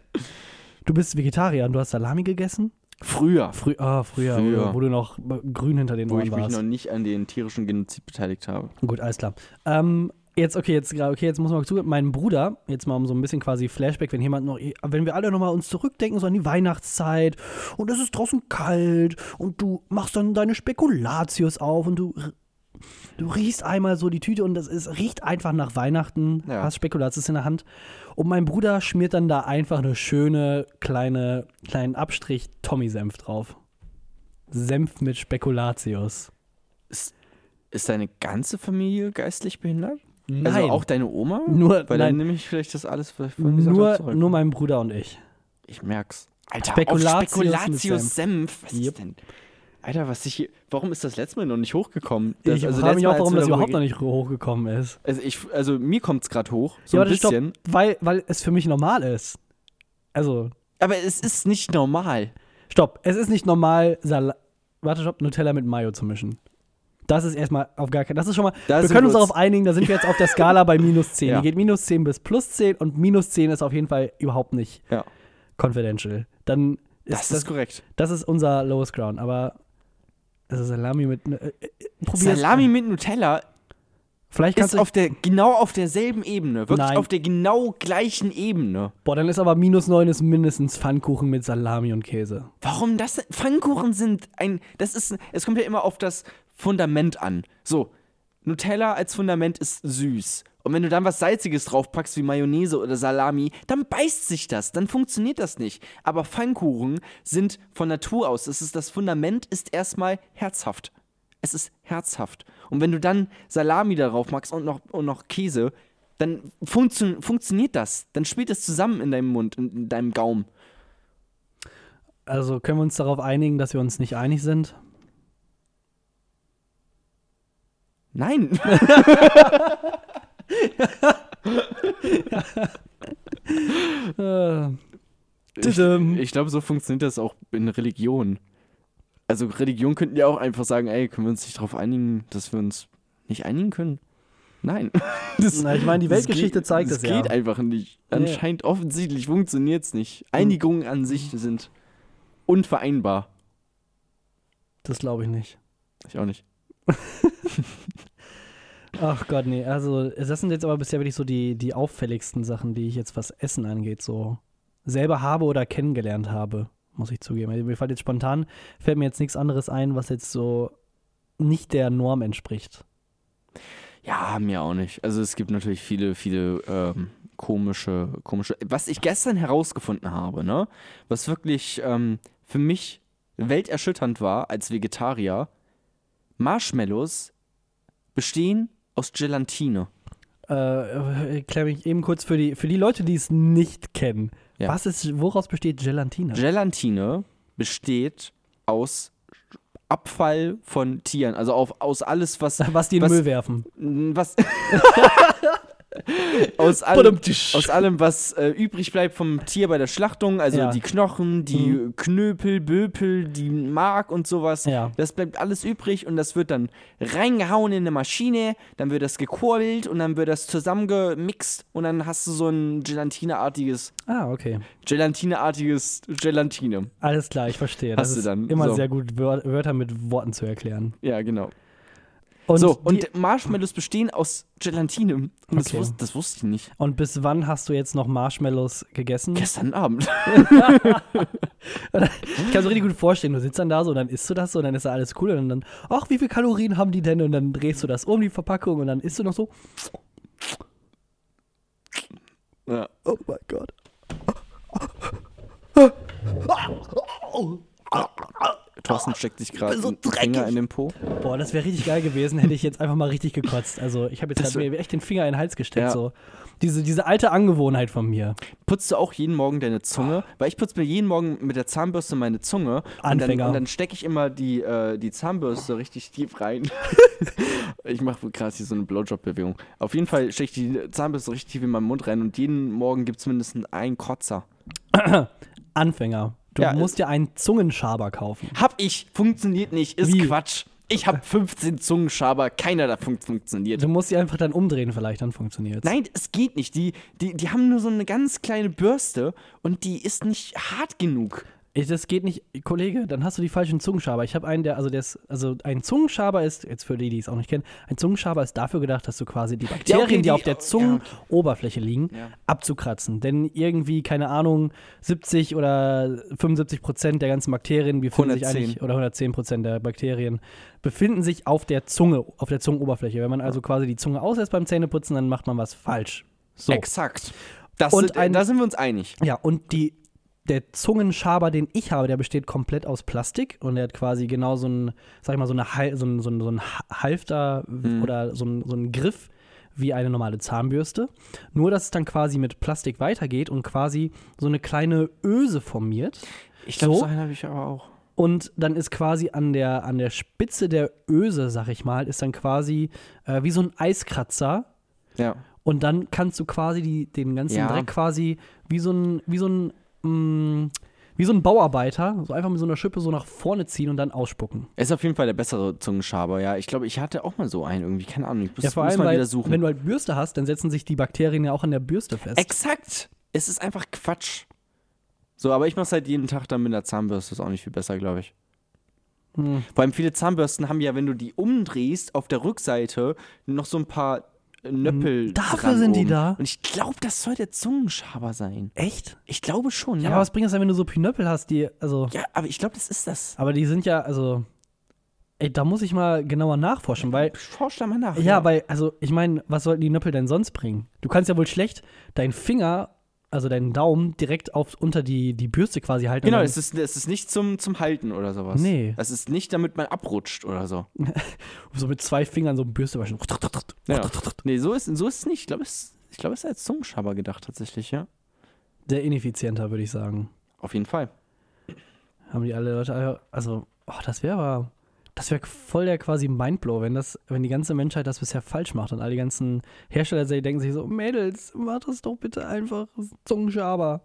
A: Du bist Vegetarier und du hast Salami gegessen?
B: Früher,
A: Frü ah, früher, Wo,
B: Früher.
A: du, wo du noch grün hinter den
B: wo ich
A: Ohren
B: mich
A: warst.
B: noch nicht an den tierischen Genozid beteiligt habe.
A: Gut, alles klar. Ähm, jetzt, okay, jetzt, gra- okay, jetzt muss man zu. Mein Bruder, jetzt mal um so ein bisschen quasi Flashback, wenn jemand noch, wenn wir alle nochmal uns zurückdenken, so an die Weihnachtszeit und es ist draußen kalt und du machst dann deine Spekulatius auf und du. r- Du riechst einmal so die Tüte und das ist, riecht einfach nach Weihnachten.
B: Ja.
A: Hast Spekulatius in der Hand. Und mein Bruder schmiert dann da einfach eine schöne kleine, kleinen Abstrich Tommy-Senf drauf. Senf mit Spekulatius.
B: Ist deine ganze Familie geistlich behindert?
A: Nein.
B: Also auch deine Oma?
A: Nur-
B: Weil
A: nein.
B: dann nehme ich vielleicht das alles vielleicht von dieser
A: Nur,
B: zurück. ne?
A: nur mein Bruder und ich.
B: Ich merk's. Alter,
A: Spekulatius
B: auf Spekulatius Senf. Was
A: Yep.
B: ist denn? Alter, was ich hier. Warum ist das letzte Mal noch nicht hochgekommen? also
A: ich frage mich auch, warum das überhaupt noch
B: nicht.
A: nicht hochgekommen ist.
B: Also, ich, also mir kommt's gerade hoch, so
A: ja,
B: ein
A: aber das ist doch-
B: bisschen.
A: weil, weil es für mich normal ist. Also,
B: Aber es ist nicht normal.
A: stopp. Es ist nicht normal, Sal Warte, stopp, Nutella mit Mayo zu mischen. Das ist erstmal auf gar keinen Das ist schon mal.
B: Da
A: wir
B: sind
A: können uns
B: wir
A: darauf einigen, da sind wir jetzt auf der Skala bei minus 10.
B: Ja.
A: Die geht minus 10 bis plus 10 und minus 10 ist auf jeden Fall überhaupt nicht
B: Ja.
A: confidential. Dann ist
B: Das ist,
A: das, das,
B: korrekt.
A: ist unser lowest ground, aber. Also Salami mit. Äh, äh, probier's.
B: Salami mit Nutella
A: Vielleicht kannst
B: ist
A: du
B: auf der, genau auf derselben Ebene. Wirklich
A: Nein.
B: auf der genau gleichen Ebene.
A: Boah, dann ist aber minus 9 ist mindestens Pfannkuchen mit Salami und Käse.
B: Warum das? denn? Pfannkuchen sind ein. Das ist. Es kommt ja immer auf das Fundament an. So, Nutella als Fundament ist süß. Und wenn du dann was Salziges draufpackst, wie Mayonnaise oder Salami, dann beißt sich das, dann funktioniert das nicht. Aber Pfannkuchen sind von Natur aus, das ist das Fundament ist erstmal herzhaft. Es ist herzhaft. Und wenn du dann Salami darauf machst und noch, und noch Käse, dann funktio funktioniert das. Dann spielt es zusammen in deinem Mund, in, in deinem Gaumen.
A: Also können wir uns darauf einigen, dass wir uns nicht einig sind?
B: Nein.
A: Äh,
B: Ich,
A: Tudum.
B: ich glaube, so funktioniert das auch in Religion. Also Religion könnten ja auch einfach sagen, ey, können wir uns nicht darauf einigen, dass wir uns nicht einigen können? Nein. Das,
A: Na, ich meine, die
B: das
A: Weltgeschichte
B: geht,
A: zeigt es
B: das
A: ja.
B: geht einfach nicht.
A: Ja.
B: Anscheinend offensichtlich funktioniert es nicht. Einigungen an sich sind unvereinbar.
A: das glaube ich nicht.
B: Ich auch nicht.
A: Ach Gott, nee. Also, das sind jetzt aber bisher wirklich so die, die auffälligsten Sachen, die ich jetzt, was Essen angeht, so selber habe oder kennengelernt habe, muss ich zugeben. Also, Mir fällt jetzt spontan, fällt mir jetzt nichts anderes ein, was jetzt so nicht der Norm entspricht.
B: Ja, mir auch nicht. Also es gibt natürlich viele, viele ähm, komische, komische. Was ich gestern herausgefunden habe, ne? Was wirklich ähm, für mich welterschütternd war als Vegetarier, Marshmallows bestehen aus Gelatine.
A: Äh, klär mich eben kurz für die, für die Leute, die es nicht kennen.
B: Ja.
A: Was ist, woraus besteht Gelatine?
B: Gelatine besteht aus Abfall von Tieren, also auf, aus alles, was
A: was die in
B: Was-
A: den Müll werfen.
B: Was? aus, allem,
A: Badumtsch.
B: aus allem, was äh, übrig bleibt vom Tier bei der Schlachtung, also
A: Ja. Mhm.
B: die Knochen, die Knöpel, Böpel, die Mark und sowas,
A: Ja.
B: das bleibt alles übrig und das wird dann reingehauen in eine Maschine, dann wird das gekurbelt und dann wird das zusammengemixt und dann hast du so ein gelatineartiges,
A: Ah, okay.
B: gelatineartiges Gelatine.
A: Alles klar, ich verstehe. Das
B: Hast du
A: ist
B: dann.
A: immer
B: So.
A: sehr gut, Wör Wörter mit Worten zu erklären.
B: Ja, genau.
A: Und,
B: so, und
A: die,
B: Marshmallows bestehen aus Gelatine. Und das,
A: Okay.
B: wus das wusste ich nicht.
A: und bis wann hast du jetzt noch Marshmallows gegessen?
B: Gestern Abend.
A: Ich kann es richtig gut vorstellen. Du sitzt dann da so und dann isst du das so und dann ist ja alles cool. Und dann, ach, wie viel Kalorien haben die denn? Und dann drehst du das um, die Verpackung. Und dann isst du noch so,
B: ja.
A: oh mein Gott.
B: Thorsten steckt sich gerade
A: so
B: so Finger
A: dreckig.
B: in den Po.
A: Boah, das wäre richtig geil gewesen, hätte ich jetzt einfach mal richtig gekotzt. Also, ich habe jetzt
B: Das
A: grad
B: wär-
A: mir echt den Finger in den Hals gesteckt.
B: Ja.
A: So. Diese, diese alte Angewohnheit von mir.
B: Putzt du auch jeden Morgen deine Zunge? Weil ich putze mir jeden Morgen mit der Zahnbürste meine Zunge. Und
A: Anfänger.
B: dann, und dann stecke ich immer die, äh, die Zahnbürste richtig tief rein. ich mache krass hier so eine Blowjob-Bewegung. Auf jeden Fall stecke ich die Zahnbürste richtig tief in meinen Mund rein und jeden Morgen gibt es mindestens einen Kotzer.
A: Anfänger. Du
B: Ja, äh
A: musst dir einen Zungenschaber kaufen.
B: Hab ich, funktioniert nicht, ist
A: Wie?
B: Quatsch. Ich hab 15 Zungenschaber, keiner davon funktioniert.
A: Du musst sie einfach dann umdrehen, vielleicht, dann funktioniert es.
B: Nein, es geht nicht. Die, die, die haben nur so eine ganz kleine Bürste und die ist nicht hart genug.
A: Das geht nicht, Kollege, dann hast du die falschen Zungenschaber. Ich habe einen, der, also der ist, also ein Zungenschaber ist, jetzt für die, die es auch nicht kennen, ein Zungenschaber ist dafür gedacht, dass du quasi die Bakterien, die,
B: die-
A: auf der Zungenoberfläche liegen,
B: Ja.
A: abzukratzen. Denn irgendwie, keine Ahnung, 70 oder 75 Prozent der ganzen Bakterien befinden sich
B: 110.
A: eigentlich, oder 110 Prozent der Bakterien befinden sich auf der Zunge, auf der Zungenoberfläche. Wenn man also quasi die Zunge auslässt beim Zähneputzen, dann macht man was falsch. So.
B: Exakt. Das
A: Und
B: sind, äh,
A: ein-
B: da sind wir uns einig.
A: Ja, und die, der Zungenschaber, den ich habe, der besteht komplett aus Plastik und der hat quasi genau so ein, sag ich mal, so, eine, Hal- so, ein, so, ein, so ein Ha- Halfter oder so ein, so ein Griff wie eine normale Zahnbürste. Nur, dass es dann quasi mit Plastik weitergeht und quasi so eine kleine Öse formiert.
B: Ich
A: glaub, so
B: einen habe ich aber auch.
A: Und dann ist quasi an der, an der Spitze der Öse, sag ich mal, ist dann quasi äh, wie so ein Eiskratzer,
B: Ja.
A: und dann kannst du quasi die, den ganzen
B: Ja.
A: Dreck quasi wie so ein, wie so ein, mm, wie so ein Bauarbeiter, so einfach mit so einer Schippe so nach vorne ziehen und dann ausspucken.
B: Er ist auf jeden Fall der bessere Zungenschaber, ja. Ich glaube, ich hatte auch mal so einen irgendwie, keine Ahnung. Ich muss,
A: Ja, vor
B: muss
A: allem,
B: mal
A: weil,
B: wieder suchen.
A: wenn du halt Bürste hast, dann setzen sich die Bakterien ja auch an der Bürste fest.
B: Exakt. Es ist einfach Quatsch. So, aber ich mache es halt jeden Tag dann mit einer Zahnbürste. Ist auch nicht viel besser, glaube ich.
A: Hm.
B: Vor allem viele Zahnbürsten haben ja, wenn du die umdrehst, auf der Rückseite noch so ein paar äh, Nöppel.
A: Hm. Dafür
B: dran
A: sind die
B: oben.
A: da?
B: Und ich glaube, das soll der Zungenschaber sein.
A: Echt?
B: Ich glaube schon,
A: Ja,
B: ja.
A: aber was bringt das denn, wenn du so Pinöppel hast, die, also,
B: ja, aber ich glaube, das ist das.
A: aber die sind ja, also, ey, da muss ich mal genauer nachforschen, weil,
B: Forsch da mal nach.
A: ja, weil, also, ich meine, was sollten die Nöppel denn sonst bringen? Du kannst ja wohl schlecht deinen Finger, also deinen Daumen, direkt auf, unter die, die Bürste quasi halten. und
B: Genau,
A: dann-
B: es ist, es ist nicht zum, zum Halten oder sowas.
A: Nee.
B: Es ist nicht, damit man abrutscht oder so.
A: so mit zwei Fingern so ein Bürste waschen.
B: Ja. Nee, so ist, so ist es nicht. Ich glaube, es, ich glaub, es ist als Zungenschaber gedacht tatsächlich, ja.
A: Sehr ineffizienter, würde ich sagen.
B: Auf jeden Fall.
A: Haben die alle Leute, alle- also, oh, das wäre aber, das wäre voll der quasi Mindblow, wenn das, wenn die ganze Menschheit das bisher falsch macht und all die ganzen Hersteller die denken sich so, Mädels, mach das doch bitte einfach, das ist ein Zungenschaber.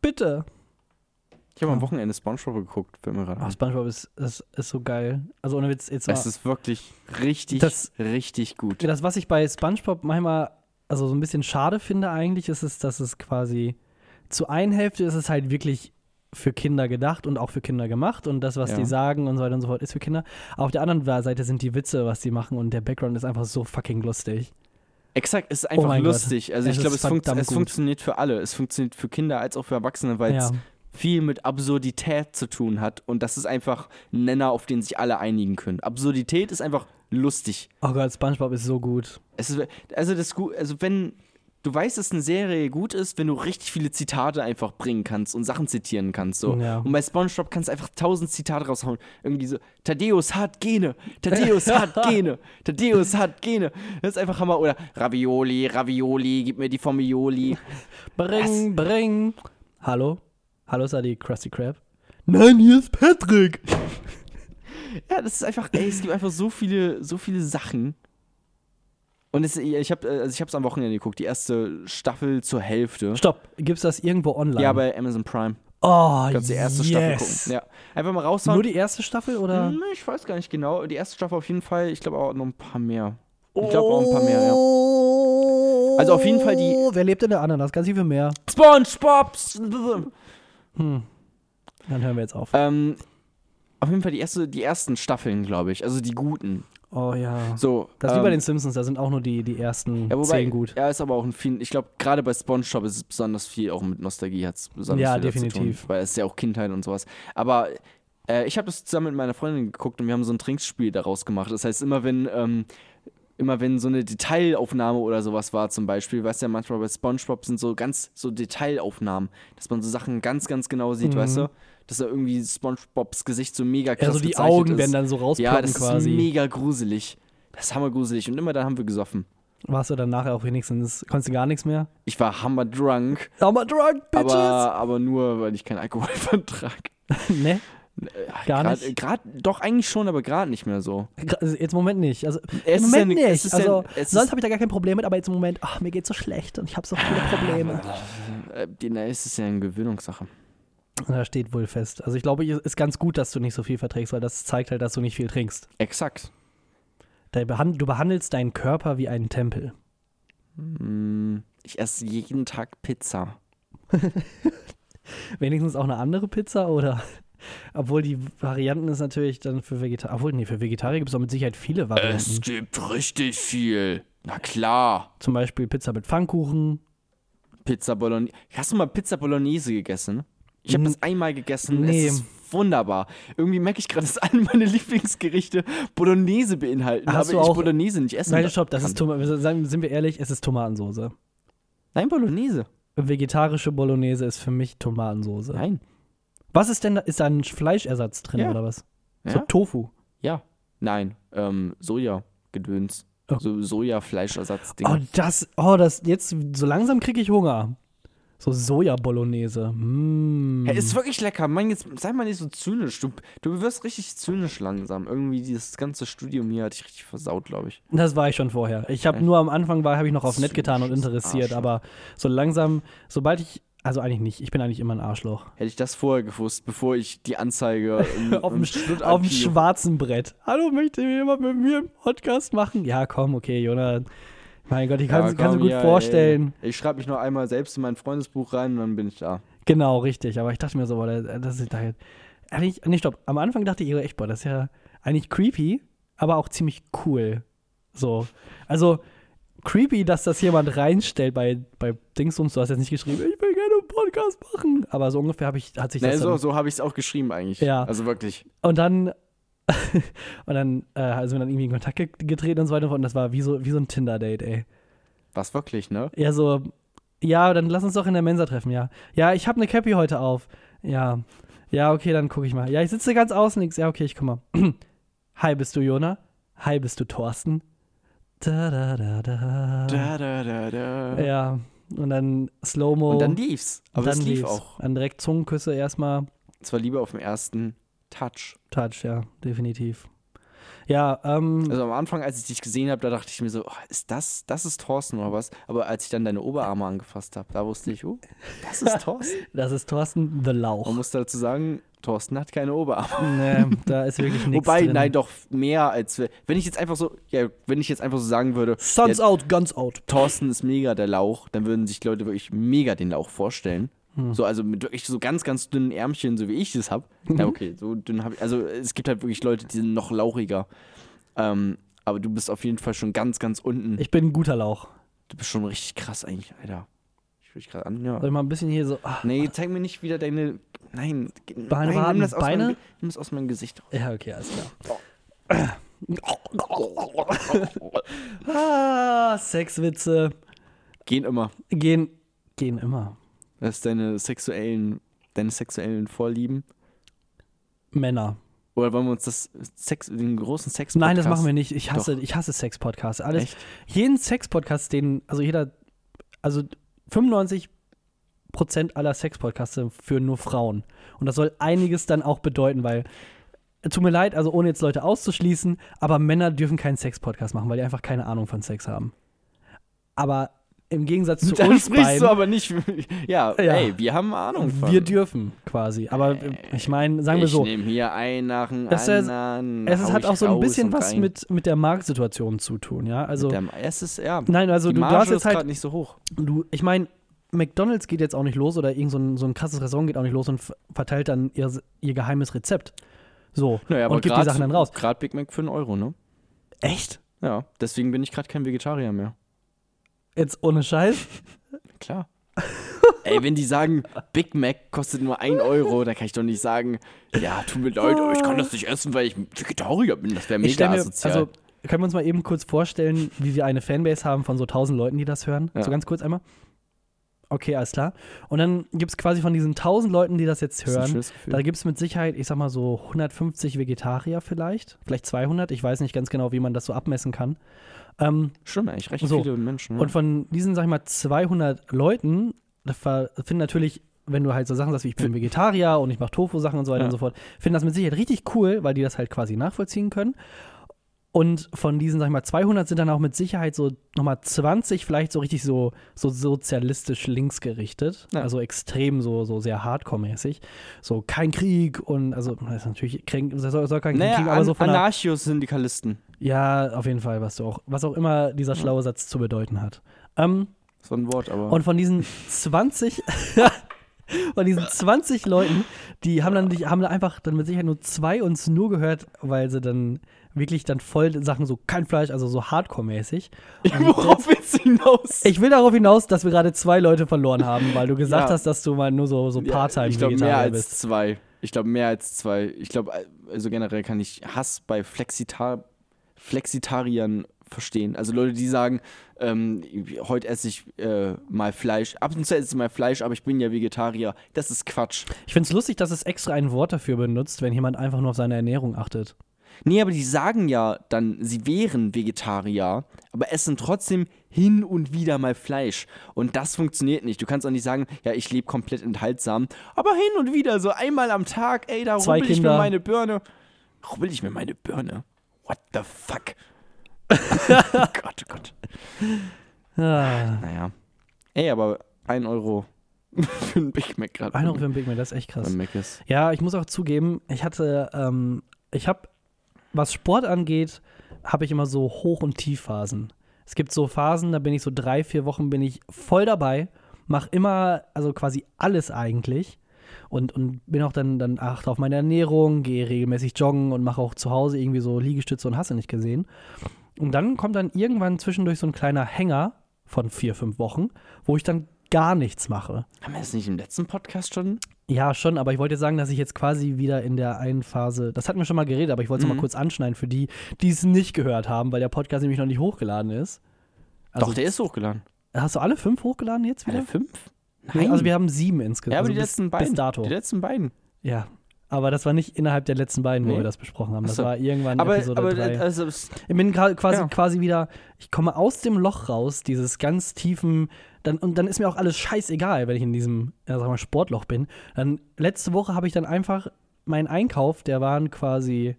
A: Bitte.
B: Ich habe am Wochenende Spongebob geguckt, fällt mir gerade
A: Oh,
B: ein.
A: Spongebob ist, ist, ist so geil. Also ohne Witz, jetzt mal,
B: Es ist wirklich richtig,
A: Das- Genau.
B: richtig gut.
A: das, was ich bei Spongebob manchmal, also so ein bisschen schade finde eigentlich, ist es, dass es quasi zu einer Hälfte ist es halt wirklich für Kinder gedacht und auch für Kinder gemacht und das, was
B: Ja.
A: die sagen und so weiter und so fort, ist für Kinder. Auf der anderen Seite sind die Witze, was die machen und der Background ist einfach so fucking lustig.
B: Exakt, es ist einfach
A: Oh mein Gott.
B: lustig. Also
A: Es
B: ich glaube,
A: ist
B: es, funkt,
A: verdammt
B: es
A: gut.
B: funktioniert für alle. Es funktioniert für Kinder als auch für Erwachsene, weil es
A: Ja.
B: viel mit Absurdität zu tun hat. Und das ist einfach ein Nenner, auf den sich alle einigen können. Absurdität ist einfach lustig.
A: Oh Gott, SpongeBob ist so gut.
B: Es ist, also das Gu- also wenn du weißt, dass eine Serie gut ist, wenn du richtig viele Zitate einfach bringen kannst und Sachen zitieren kannst. So.
A: Ja.
B: Und bei SpongeBob kannst du einfach tausend Zitate raushauen. Irgendwie so, Thaddeus hat Gene, Thaddeus hat Gene, Thaddeus hat Gene. Das ist einfach Hammer. Oder Ravioli, Ravioli, gib mir die Formioli.
A: Bring, bring. Hallo? Hallo, ist da die Krusty Krab? Nein, hier ist Patrick.
B: Ja, das ist einfach, ey, es gibt einfach so viele, so viele Sachen. Und es, ich habe es also ich hab's am Wochenende geguckt, die erste Staffel zur Hälfte.
A: Stopp, gibt's das irgendwo online?
B: Ja, bei Amazon Prime.
A: oh,
B: Kannst die erste
A: yes.
B: Staffel gucken. Ja. Einfach mal raushauen.
A: Nur die erste Staffel oder?
B: Hm, Ich weiß gar nicht genau. Die erste Staffel auf jeden Fall. Ich glaube auch noch ein paar mehr. Ich glaube auch ein paar mehr, ja. Also auf jeden Fall die-
A: Oh, Wer lebt in der Ananas? Ganz viel mehr.
B: SpongeBob!
A: Dann hören wir jetzt auf.
B: Ähm, auf jeden Fall die, erste, die ersten Staffeln, glaube ich. Also die guten.
A: Oh ja.
B: So.
A: Das ist
B: ähm,
A: wie bei den Simpsons, da sind auch nur die, die ersten
B: ja, wobei,
A: zehn gut.
B: Er ist aber auch ein viel. Ich glaube, gerade bei SpongeBob ist es besonders viel, auch mit Nostalgie hat es besonders
A: Ja,
B: viel dazu
A: definitiv.
B: Tun, weil es ist ja auch Kindheit und sowas. Aber äh, ich habe das zusammen mit meiner Freundin geguckt und wir haben so ein Trinkspiel daraus gemacht. Das heißt, immer wenn. Ähm, Immer wenn so eine Detailaufnahme oder sowas war, zum Beispiel, weißt du ja, manchmal bei Spongebob sind so ganz so Detailaufnahmen, dass man so Sachen ganz, ganz genau sieht, weißt du? Dass da irgendwie Spongebobs Gesicht so mega krass
A: Also Mhm. die
B: gezeichnet
A: Augen
B: ist.
A: werden dann so
B: Ja,
A: rausploppen
B: das
A: quasi.
B: ist mega gruselig. Das ist hammergruselig. Und immer dann haben wir gesoffen.
A: Warst du dann nachher auch wenigstens, konntest du gar nichts mehr?
B: Ich war hammerdrunk,
A: I'm a drunk, bitches!
B: aber, aber nur, weil ich keinen Alkohol vertrag.
A: ne? Gar
B: Äh, grad,
A: nicht?
B: Grad, doch, eigentlich schon, aber gerade nicht mehr so.
A: Gra- also Jetzt im Moment nicht. Also
B: Es
A: im
B: ist
A: Moment
B: ja ne- es
A: nicht.
B: ist ja-
A: also
B: es
A: sonst
B: ist-
A: habe ich da gar kein Problem mit, aber jetzt im Moment, ach, mir geht's so schlecht und ich habe so viele Probleme.
B: Äh, die- Na, es ist ja eine Gewöhnungssache.
A: Da steht wohl fest. Also ich glaube, es ist ganz gut, dass du nicht so viel verträgst, weil das zeigt halt, dass du nicht viel trinkst.
B: Exakt.
A: Da behand- Du behandelst deinen Körper wie einen Tempel.
B: Mm, Ich esse jeden Tag Pizza.
A: Wenigstens auch eine andere Pizza oder? Obwohl die Varianten ist natürlich dann für Vegetarier. Obwohl, nee, für Vegetarier gibt es auch mit Sicherheit viele Varianten.
B: gibt richtig viel. Na klar.
A: Zum Beispiel Pizza mit Pfannkuchen.
B: Pizza Bolognese. Hast du mal Pizza Bolognese gegessen? Ich habe
A: N-
B: das einmal gegessen.
A: nee.
B: Es ist wunderbar. Irgendwie merke ich gerade, dass alle meine Lieblingsgerichte Bolognese beinhalten.
A: Hast
B: aber
A: du
B: ich
A: auch-
B: Bolognese nicht essen
A: Nein, stopp, das
B: kann.
A: ist Tomaten. Sind wir ehrlich, es ist Tomatensoße.
B: Nein, Bolognese.
A: Vegetarische Bolognese ist für mich Tomatensoße.
B: Nein.
A: Was ist denn da? Ist da ein Fleischersatz drin
B: Ja.
A: oder was? So
B: Ja?
A: Tofu.
B: ja. Nein. Ähm, Soja. Gedöns.
A: Oh.
B: So Soja-Fleischersatzding.
A: Oh, das, oh, das, jetzt, so langsam kriege ich Hunger. So Soja-Bolognese. Mm.
B: Hey, ist wirklich lecker. Mann, jetzt sei mal nicht so zynisch. Du, du wirst richtig zynisch langsam. Irgendwie dieses ganze Studium hier hat dich richtig versaut, glaube ich.
A: Das war ich schon vorher. Ich habe
B: Echt?
A: nur am Anfang war, habe ich noch auf nett
B: Süßes
A: getan und interessiert,
B: Arschloch.
A: aber so langsam, sobald ich, also eigentlich nicht, ich bin eigentlich immer ein Arschloch.
B: Hätte ich das vorher gewusst, bevor ich die Anzeige im,
A: Auf
B: im
A: dem,
B: Schnitt
A: auf dem
B: archiv-
A: schwarzen Brett. Hallo, möchte jemand mit mir einen Podcast machen? Ja, komm, okay, Jonah. Mein Gott, ich kann
B: Ja,
A: es mir
B: komm,
A: gut
B: ja,
A: vorstellen.
B: Ey, ich schreibe mich noch einmal selbst in mein Freundesbuch rein und dann bin ich da.
A: Genau, richtig. Aber ich dachte mir so, boah, das das ist da jetzt. Eigentlich, nee, stopp. Am Anfang dachte ich echt, boah, das ist ja eigentlich creepy, aber auch ziemlich cool. So. Also, creepy, dass das jemand reinstellt bei, bei Dingsums. Du hast jetzt nicht geschrieben, ich will gerne einen Podcast machen. Aber so ungefähr hab ich, hat sich
B: Nee,
A: das.
B: so
A: Dann,
B: so habe ich es auch geschrieben eigentlich.
A: Ja.
B: Also wirklich.
A: Und dann. und dann, äh, also wir dann irgendwie in Kontakt ge- getreten und so weiter und fort. Und das war wie so, wie so ein Tinder-Date, ey.
B: Was wirklich, ne?
A: Ja, so, ja, dann lass uns doch in der Mensa treffen, ja. Ja, ich habe eine Cappy heute auf. Ja. Ja, okay, dann gucke ich mal. Ja, ich sitze ganz außen links. Ja, okay, ich komme mal. Hi, bist du Jona? Hi, bist du Thorsten? Da, da, da, da.
B: Da, da, da, da.
A: Ja, und dann Slow-Mo.
B: Und dann lief's. Aber
A: dann
B: es lief
A: lief's.
B: auch.
A: Dann direkt Zungenküsse erstmal.
B: Zwar lieber auf dem ersten Touch.
A: Touch, ja, definitiv. Ja, ähm,
B: Also am Anfang, als ich dich gesehen habe, da dachte ich mir so, oh, ist das, das ist Thorsten oder was? Aber als ich dann deine Oberarme angefasst habe, da wusste ich, oh, das ist Thorsten.
A: das ist Thorsten The Lauch.
B: Man muss dazu sagen, Thorsten hat keine Oberarme.
A: nee, da ist wirklich nichts
B: Wobei,
A: drin.
B: nein, doch mehr als wir- wenn ich jetzt einfach so, ja, wenn ich jetzt einfach so sagen würde,
A: Suns
B: ja,
A: out, guns out.
B: Thorsten ist mega der Lauch, dann würden sich Leute wirklich mega den Lauch vorstellen.
A: Hm.
B: So, also mit wirklich so ganz, ganz dünnen Ärmchen, so wie ich das hab. Na, okay, so dünn hab ich. Also es gibt halt wirklich Leute, die sind noch lauchiger. Ähm, aber du bist auf jeden Fall schon ganz, ganz unten.
A: Ich bin ein guter Lauch.
B: Du bist schon richtig krass eigentlich, Alter. Ich will dich gerade an, ja.
A: Soll ich mal ein bisschen hier so. ah,
B: Nee, zeig mir nicht wieder deine. Nein, ge-
A: Beine
B: nein
A: warten,
B: nimm, das aus
A: Beine?
B: Meinem, nimm das aus meinem Gesicht raus.
A: Ja, okay, alles klar. ah, Sexwitze
B: Gehen immer.
A: gehen, gehen immer.
B: Das ist deine sexuellen, deine sexuellen Vorlieben.
A: Männer.
B: Oder wollen wir uns das Sex, den großen Sex
A: Nein, das machen wir nicht. Ich hasse, ich hasse Sex-Podcasts. Alles.
B: Echt?
A: Jeden Sex-Podcast, den, also jeder, also 95 Prozent aller Sex-Podcasts führen nur Frauen. Und das soll einiges dann auch bedeuten, weil, äh, tut mir leid, also ohne jetzt Leute auszuschließen, aber Männer dürfen keinen Sex-Podcast machen, weil die einfach keine Ahnung von Sex haben. aber im Gegensatz zu
B: Dann
A: uns
B: sprichst
A: beiden,
B: du aber nicht.
A: Ja.
B: Ja, ey, wir haben Ahnung von.
A: wir dürfen quasi. Aber äh, ich meine, sagen wir
B: ich
A: so,
B: nehme hier einen nach dem
A: Das ist-
B: anderen.
A: es
B: hau
A: ist, hat
B: ich
A: auch so ein
B: raus
A: bisschen
B: und
A: was
B: rein.
A: mit, mit der Marktsituation zu tun, ja. Also,
B: Mit dem- Es ist, ja.
A: nein, also
B: die
A: du, du
B: Marge
A: hast
B: ist
A: jetzt halt
B: grad nicht so hoch.
A: Du, ich meine, McDonalds geht jetzt auch nicht los oder irgend so ein, so ein krasses Restaurant geht auch nicht los und f- verteilt dann ihr, ihr geheimes Rezept. So.
B: Naja, aber
A: und gibt die
B: grad-
A: Sachen dann raus.
B: Grad Big Mac für einen Euro, ne?
A: Echt?
B: Ja, deswegen bin ich gerade kein Vegetarier mehr.
A: Jetzt ohne Scheiß?
B: Klar. Ey, wenn die sagen, Big Mac kostet nur 1 Euro, dann kann ich doch nicht sagen, ja, tut mir leid, aber ich kann das nicht essen, weil ich Vegetarier bin. Das wäre
A: Ich
B: mega
A: stell mir,
B: asozial.
A: also, können wir uns mal eben kurz vorstellen, wie wir eine Fanbase haben von so 1000 Leuten, die das hören?
B: Ja.
A: So ganz kurz einmal. Okay, alles klar. Und dann gibt es quasi von diesen 1000 Leuten, die das jetzt
B: Das ist ein
A: hören,
B: schönes Gefühl.
A: da gibt es mit Sicherheit, ich sag mal so 150 Vegetarier vielleicht, vielleicht 200. Ich weiß nicht ganz genau, wie man das so abmessen kann. Ähm,
B: Schon eigentlich recht
A: So.
B: viele Menschen. ne?
A: Und von diesen, sag ich mal, 200 Leuten da ver- finden natürlich, wenn du halt so Sachen sagst, wie ich bin Vegetarier und ich mache Tofu-Sachen und so weiter
B: Ja.
A: und so fort, finden das mit Sicherheit richtig cool, weil die das halt quasi nachvollziehen können. Und von diesen, sag ich mal, 200 sind dann auch mit Sicherheit so nochmal 20 vielleicht so richtig so, so sozialistisch linksgerichtet.
B: Ja.
A: Also extrem so, so sehr hardcore-mäßig. So kein Krieg und, also, das ist natürlich, kränk, das soll, soll kein
B: naja,
A: Krieg,
B: An
A: aber so von der,
B: Anarchios-Syndikalisten.
A: Ja, auf jeden Fall, was, du auch, was auch immer dieser schlaue Satz zu bedeuten hat. Ähm,
B: So ein Wort, aber.
A: und von diesen 20, von diesen 20 Leuten, die haben dann, die haben dann einfach dann mit Sicherheit nur zwei uns nur gehört, weil sie dann wirklich dann voll Sachen so kein Fleisch, also so Hardcore-mäßig.
B: worauf willst du hinaus?
A: Ich will darauf hinaus, dass wir gerade zwei Leute verloren haben, weil du gesagt
B: Ja.
A: hast, dass du mal nur so, so
B: Ja, Ich glaube, mehr
A: Part-Time-Vegetarier
B: als
A: bist.
B: zwei. Ich glaube, mehr als zwei. Ich glaube, also generell kann ich Hass bei Flexitar Flexitariern verstehen. Also Leute, die sagen, ähm, heute esse ich äh, mal Fleisch. Ab und zu esse ich mal Fleisch, aber ich bin ja Vegetarier. Das ist Quatsch.
A: Ich finde es lustig, dass es extra ein Wort dafür benutzt, wenn jemand einfach nur auf seine Ernährung achtet.
B: Nee, aber die sagen ja dann, sie wären Vegetarier, aber essen trotzdem hin und wieder mal Fleisch. Und das funktioniert nicht. Du kannst auch nicht sagen, ja, ich lebe komplett enthaltsam, aber hin und wieder, so einmal am Tag, ey, da
A: Zwei
B: rubbel ich mir
A: Kinder.
B: meine Birne. Rubbel ich mir meine Birne? What the fuck? oh Gott, oh Gott.
A: Ah.
B: Naja. Ey, aber 1 Euro für ein Big Mac gerade.
A: Ein Euro für ein Big Mac, das ist echt krass.
B: Beim Mac ist.
A: Ja, ich muss auch zugeben, ich hatte, ähm, ich habe, was Sport angeht, habe ich immer so Hoch- und Tiefphasen. Es gibt so Phasen, da bin ich so drei, vier Wochen bin ich voll dabei, mache immer, also quasi alles eigentlich und, und bin auch dann, dann acht auf meine Ernährung, gehe regelmäßig joggen und mache auch zu Hause irgendwie so Liegestütze und hasse nicht gesehen. Und dann kommt dann irgendwann zwischendurch so ein kleiner Hänger von vier, fünf Wochen, wo ich dann gar nichts mache.
B: Haben wir das nicht im letzten Podcast schon?
A: Ja, schon, aber ich wollte sagen, dass ich jetzt quasi wieder in der einen Phase, das hatten wir schon mal geredet, aber ich wollte es noch
B: Mhm.
A: mal kurz anschneiden für die, die es nicht gehört haben, weil der Podcast nämlich noch nicht hochgeladen ist. Also,
B: Doch, der ist hochgeladen.
A: hast du alle fünf hochgeladen jetzt wieder?
B: Alle fünf?
A: Nee, Also wir haben sieben insgesamt.
B: ja, aber
A: also
B: die
A: bis,
B: letzten beiden.
A: Bis dato.
B: Die letzten beiden.
A: ja. Aber das war nicht innerhalb der letzten beiden, wo
B: Nee.
A: wir das besprochen haben. Das
B: Ach so.
A: war irgendwann
B: Aber,
A: Episode
B: aber
A: drei.
B: äh, also, es-
A: Ich bin gra- quasi,
B: Ja.
A: quasi wieder, ich komme aus dem Loch raus, dieses ganz tiefen, dann, und dann ist mir auch alles scheißegal, wenn ich in diesem, ja, sag mal, Sportloch bin. Dann letzte Woche habe ich dann einfach meinen Einkauf, der waren quasi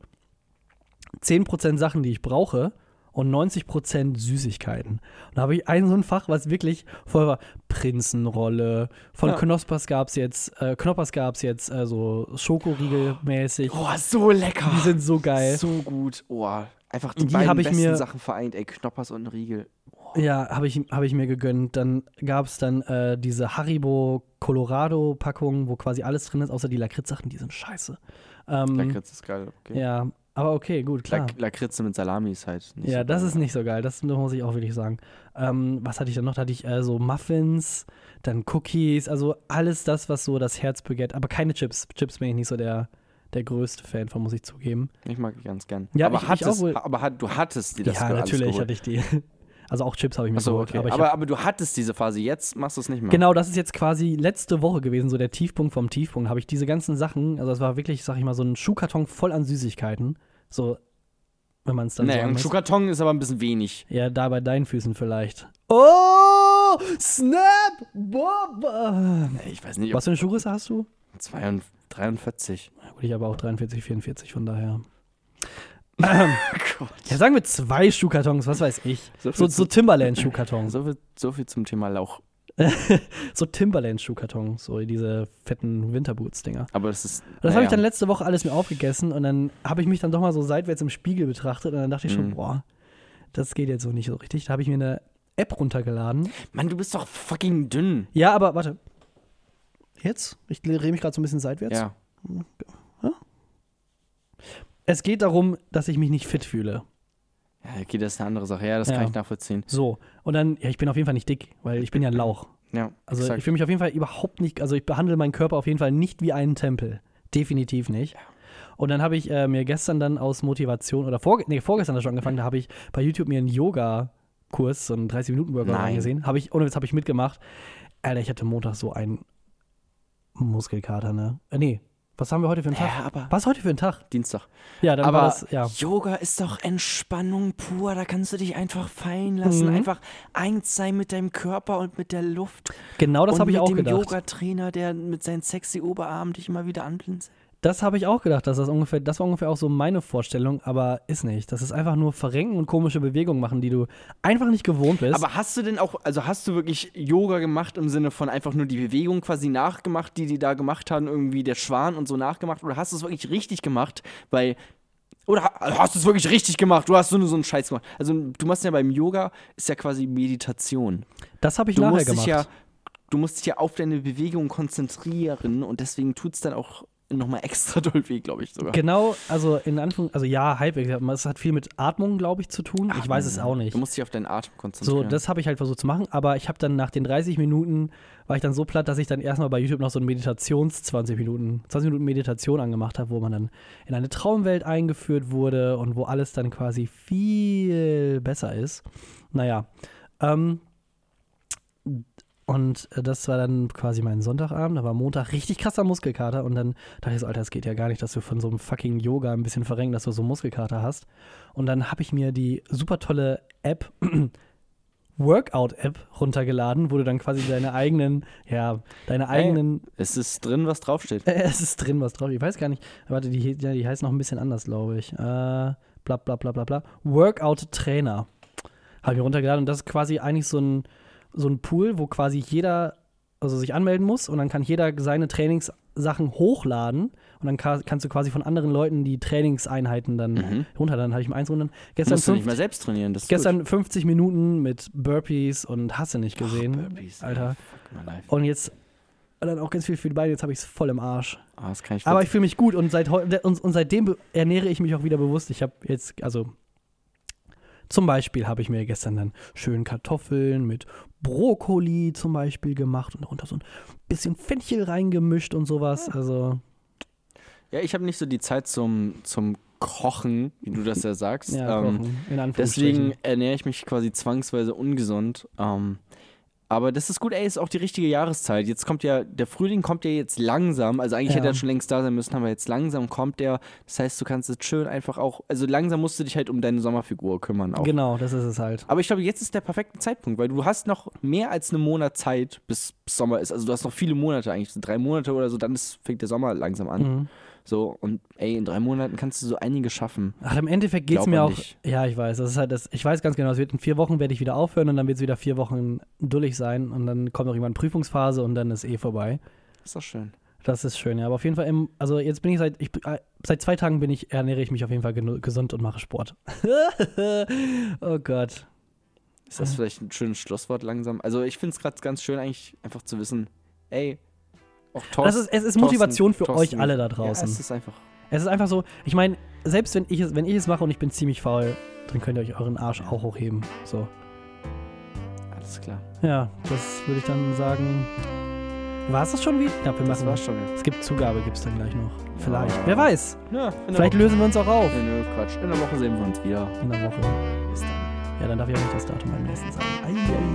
A: 10% Sachen, die ich brauche und 90% Süßigkeiten. Und da habe ich ein so ein Fach, was wirklich voll war. Prinzenrolle, von
B: Ja.
A: Knoppers gab es jetzt, äh, Knoppers gab es jetzt, äh, so Schokoriegelmäßig.
B: oh, so lecker.
A: Die sind so geil.
B: so gut. Oh, einfach die,
A: Die hab
B: beiden
A: ich
B: besten
A: mir-
B: Sachen vereint. Ey, Knoppers und Riegel.
A: Ja, habe ich, hab ich mir gegönnt. Dann gab es dann äh, diese Haribo Colorado Packung, wo quasi alles drin ist, außer die Lakritz-Sachen, die sind scheiße. Ähm,
B: Lakritz ist geil. Okay.
A: Ja, aber okay, gut, klar.
B: Lak Lakritze mit Salami ist halt nicht
A: ja,
B: so
A: das
B: geil.
A: ist nicht so geil, das muss ich auch wirklich sagen. Ähm, was hatte ich dann noch? Da hatte ich äh, so Muffins, dann Cookies, also alles das, was so das Herz begehrt, aber keine Chips. Chips bin ich nicht so der, der größte Fan von, muss ich zugeben.
B: Ich mag die ganz gern.
A: Ja,
B: aber,
A: ich- ich
B: hattest,
A: auch wohl.
B: aber hat, du hattest die das
A: ja,
B: alles
A: natürlich
B: geholt.
A: hatte ich die. Also auch Chips habe ich mir
B: Achso,
A: geholt,
B: okay.
A: aber
B: Aber,
A: ich
B: aber, du hattest diese Phase. Jetzt machst du es nicht mehr.
A: Genau, das ist jetzt quasi letzte Woche gewesen, so der Tiefpunkt vom Tiefpunkt. Habe ich diese ganzen Sachen, also es war wirklich, sag ich mal, so ein Schuhkarton voll an Süßigkeiten. So, wenn man es dann
B: Nee,
A: sagen
B: ein
A: muss.
B: Schuhkarton ist aber ein bisschen wenig.
A: Ja, da bei deinen Füßen vielleicht. Oh, Snap! Boah, boah.
B: Nee, ich weiß nicht, ob
A: Was für eine Schuhgröße hast du?
B: 42, 43.
A: Ja, Gut, ich habe auch 43, 44, von daher.
B: Gott.
A: Ja, sagen wir zwei Schuhkartons, was weiß ich.
B: So viel
A: So, so
B: zum-
A: Timberland-Schuhkartons.
B: so, viel, so viel zum Thema Lauch.
A: So Timberland-Schuhkartons, so diese fetten Winterboots-Dinger.
B: Aber das ist.
A: Und das habe ich dann
B: naja.
A: letzte Woche alles mir aufgegessen und dann habe ich mich dann doch mal so seitwärts im Spiegel betrachtet und dann dachte ich schon,
B: Mhm.
A: boah, das geht jetzt so nicht so richtig. Da habe ich mir eine App runtergeladen.
B: Mann, du bist doch fucking dünn.
A: Ja, aber warte. Jetzt? Ich drehe mich gerade so ein bisschen seitwärts.
B: Ja.
A: Es geht darum, dass ich mich nicht fit fühle.
B: ja. Okay, das ist eine andere Sache. Ja, das
A: Ja.
B: kann ich nachvollziehen.
A: So. Und dann, ja, ich bin auf jeden Fall nicht dick, weil ich bin ja ein Lauch.
B: Ja.
A: Also
B: exakt.
A: ich fühle mich auf jeden Fall überhaupt nicht, also ich behandle meinen Körper auf jeden Fall nicht wie einen Tempel. Definitiv nicht. Und dann habe ich äh, mir gestern dann aus Motivation, oder vor, nee, vorgestern hat das schon angefangen, da habe ich bei YouTube mir einen Yoga-Kurs, so einen 30-Minuten-Workout
B: Nein.
A: angesehen. Habe ich, ohne Witz, habe ich mitgemacht. Alter, ich hatte Montag so einen Muskelkater, ne? Äh, nee, was haben wir heute für einen Tag?
B: ja, aber
A: Was heute für einen Tag?
B: Dienstag.
A: Ja, dann
B: aber
A: war das, ja.
B: Yoga ist doch Entspannung pur. Da kannst du dich einfach fallen lassen.
A: Mhm.
B: Einfach eins sein mit deinem Körper und mit der Luft.
A: Genau das
B: und
A: habe ich
B: mit
A: auch
B: dem
A: gedacht.
B: Yoga-Trainer, der mit seinen sexy Oberarmen dich immer wieder anblinzelt.
A: Das habe ich auch gedacht, dass das ungefähr, das war ungefähr auch so meine Vorstellung, aber ist nicht. Das ist einfach nur verrenken und komische Bewegungen machen, die du einfach nicht gewohnt bist.
B: Aber hast du denn auch, also hast du wirklich Yoga gemacht im Sinne von einfach nur die Bewegung quasi nachgemacht, die die da gemacht haben, irgendwie der Schwan und so nachgemacht? Oder hast du es wirklich richtig gemacht? Weil, oder ha- also hast du es wirklich richtig gemacht? Du hast nur so einen Scheiß gemacht. Also du machst ja beim Yoga, ist ja quasi Meditation.
A: das habe ich
B: Du
A: nachher
B: musst, dich
A: gemacht.
B: ja, du musst dich ja auf deine Bewegung konzentrieren und deswegen tut es dann auch nochmal extra doll weh, glaube ich sogar.
A: Genau, also in Anführungszeichen, also ja, halbwegs. aber Es hat viel mit Atmung, glaube ich, zu tun. Ich weiß es auch nicht.
B: Mhm. Du musst dich auf deinen Atem konzentrieren.
A: So, das habe ich halt versucht zu machen, aber ich habe dann nach den 30 Minuten, war ich dann so platt, dass ich dann erstmal bei YouTube noch so ein Meditations 20 Minuten, 20 Minuten Meditation angemacht habe, wo man dann in eine Traumwelt eingeführt wurde und wo alles dann quasi viel besser ist. Naja, ähm, und äh, das war dann quasi mein Sonntagabend, da war Montag richtig krasser Muskelkater und dann dachte ich so, Alter, es geht ja gar nicht, dass du von so einem fucking Yoga ein bisschen verrenken, dass du so Muskelkater hast. Und dann habe ich mir die super tolle App Workout-App runtergeladen, wo du dann quasi deine eigenen, ja, deine eigenen,
B: es ist drin, was draufsteht.
A: äh, es ist drin was drauf, ich weiß gar nicht, warte, die, he- ja, die heißt noch ein bisschen anders, glaube ich, äh, bla bla bla bla bla, Workout-Trainer habe ich mir runtergeladen und das ist quasi eigentlich so ein, so ein Pool, wo quasi jeder, also sich anmelden muss und dann kann jeder seine Trainingssachen hochladen und dann ka- kannst du quasi von anderen Leuten die Trainingseinheiten dann
B: Mhm.
A: runterladen, habe ich mir eins runter, gestern
B: Musst du
A: fünf,
B: nicht mal selbst trainieren. Das ist gut.
A: Gestern 50 Minuten mit Burpees und Hasse nicht gesehen.
B: Burpees,
A: Alter.
B: Fuck my life.
A: Und jetzt dann auch ganz viel für die Beine. Jetzt habe ich es voll im Arsch.
B: Ah, das kann ich
A: Aber ich fühle mich gut und, seit, heu- und, und seitdem be- ernähre ich mich auch wieder bewusst. Ich habe jetzt, also zum Beispiel habe ich mir gestern dann schön Kartoffeln mit Brokkoli zum Beispiel gemacht und darunter so ein bisschen Fenchel reingemischt und sowas. Also
B: ja, ich habe nicht so die Zeit zum, zum Kochen, wie du das ja sagst.
A: ja,
B: ähm,
A: kochen, in Anführungsstrichen.
B: deswegen ernähre ich mich quasi zwangsweise ungesund. Ähm, aber das ist gut, ey, ist auch die richtige Jahreszeit. Jetzt kommt ja, der Frühling kommt ja jetzt langsam. Also eigentlich
A: Ja.
B: hätte er schon längst da sein müssen, aber jetzt langsam kommt der. Das heißt, du kannst jetzt schön einfach auch, also langsam musst du dich halt um deine Sommerfigur kümmern auch.
A: Genau, das ist es halt.
B: Aber ich glaube, jetzt ist der perfekte Zeitpunkt, weil du hast noch mehr als einen Monat Zeit, bis Sommer ist. Also du hast noch viele Monate eigentlich, so drei Monate oder so, dann ist, fängt der Sommer langsam an.
A: Mhm.
B: So, und ey, in drei Monaten kannst du so einiges schaffen.
A: Ach, im Endeffekt geht es
B: Glaub
A: mir
B: an
A: auch.
B: dich.
A: Ja, ich weiß. Das ist halt das, ich weiß ganz genau, es wird in vier Wochen werde ich wieder aufhören und dann wird es wieder vier Wochen dullig sein und dann kommt noch irgendwann Prüfungsphase und dann ist eh vorbei.
B: Ist doch schön.
A: Das ist schön, ja. Aber auf jeden Fall, im, also jetzt bin ich seit, ich, äh, seit zwei Tagen bin ich, ernähre ich mich auf jeden Fall genu- gesund und mache Sport. oh Gott.
B: Ist das vielleicht ein schönes Schlusswort langsam? Also ich finde es gerade ganz schön eigentlich einfach zu wissen, ey, auch Thorsten.
A: Das ist, es ist
B: Thorsten-
A: Motivation für
B: Thorsten-
A: euch alle da
B: Ja,
A: draußen.
B: es ist einfach.
A: Es ist einfach so, ich meine, selbst wenn ich es, wenn ich es mache und ich bin ziemlich faul, dann könnt ihr euch euren Arsch auch hochheben. So.
B: Alles klar.
A: Ja, das würde ich dann sagen. War es das schon wieder? Ja, wir
B: Das
A: machen
B: war's schon. wieder.
A: Es gibt Zugabe, gibt es dann gleich noch. Vielleicht.
B: Ja. Genau.
A: Wer weiß.
B: Ja, in der
A: Vielleicht
B: Woche-
A: lösen wir uns auch auf.
B: Nö, nö, Quatsch. In der Woche sehen wir uns wieder.
A: In der Woche.
B: Bis dann.
A: Ja, dann darf ich auch nicht das Datum beim nächsten sagen. Ei, ei, ei. Hm.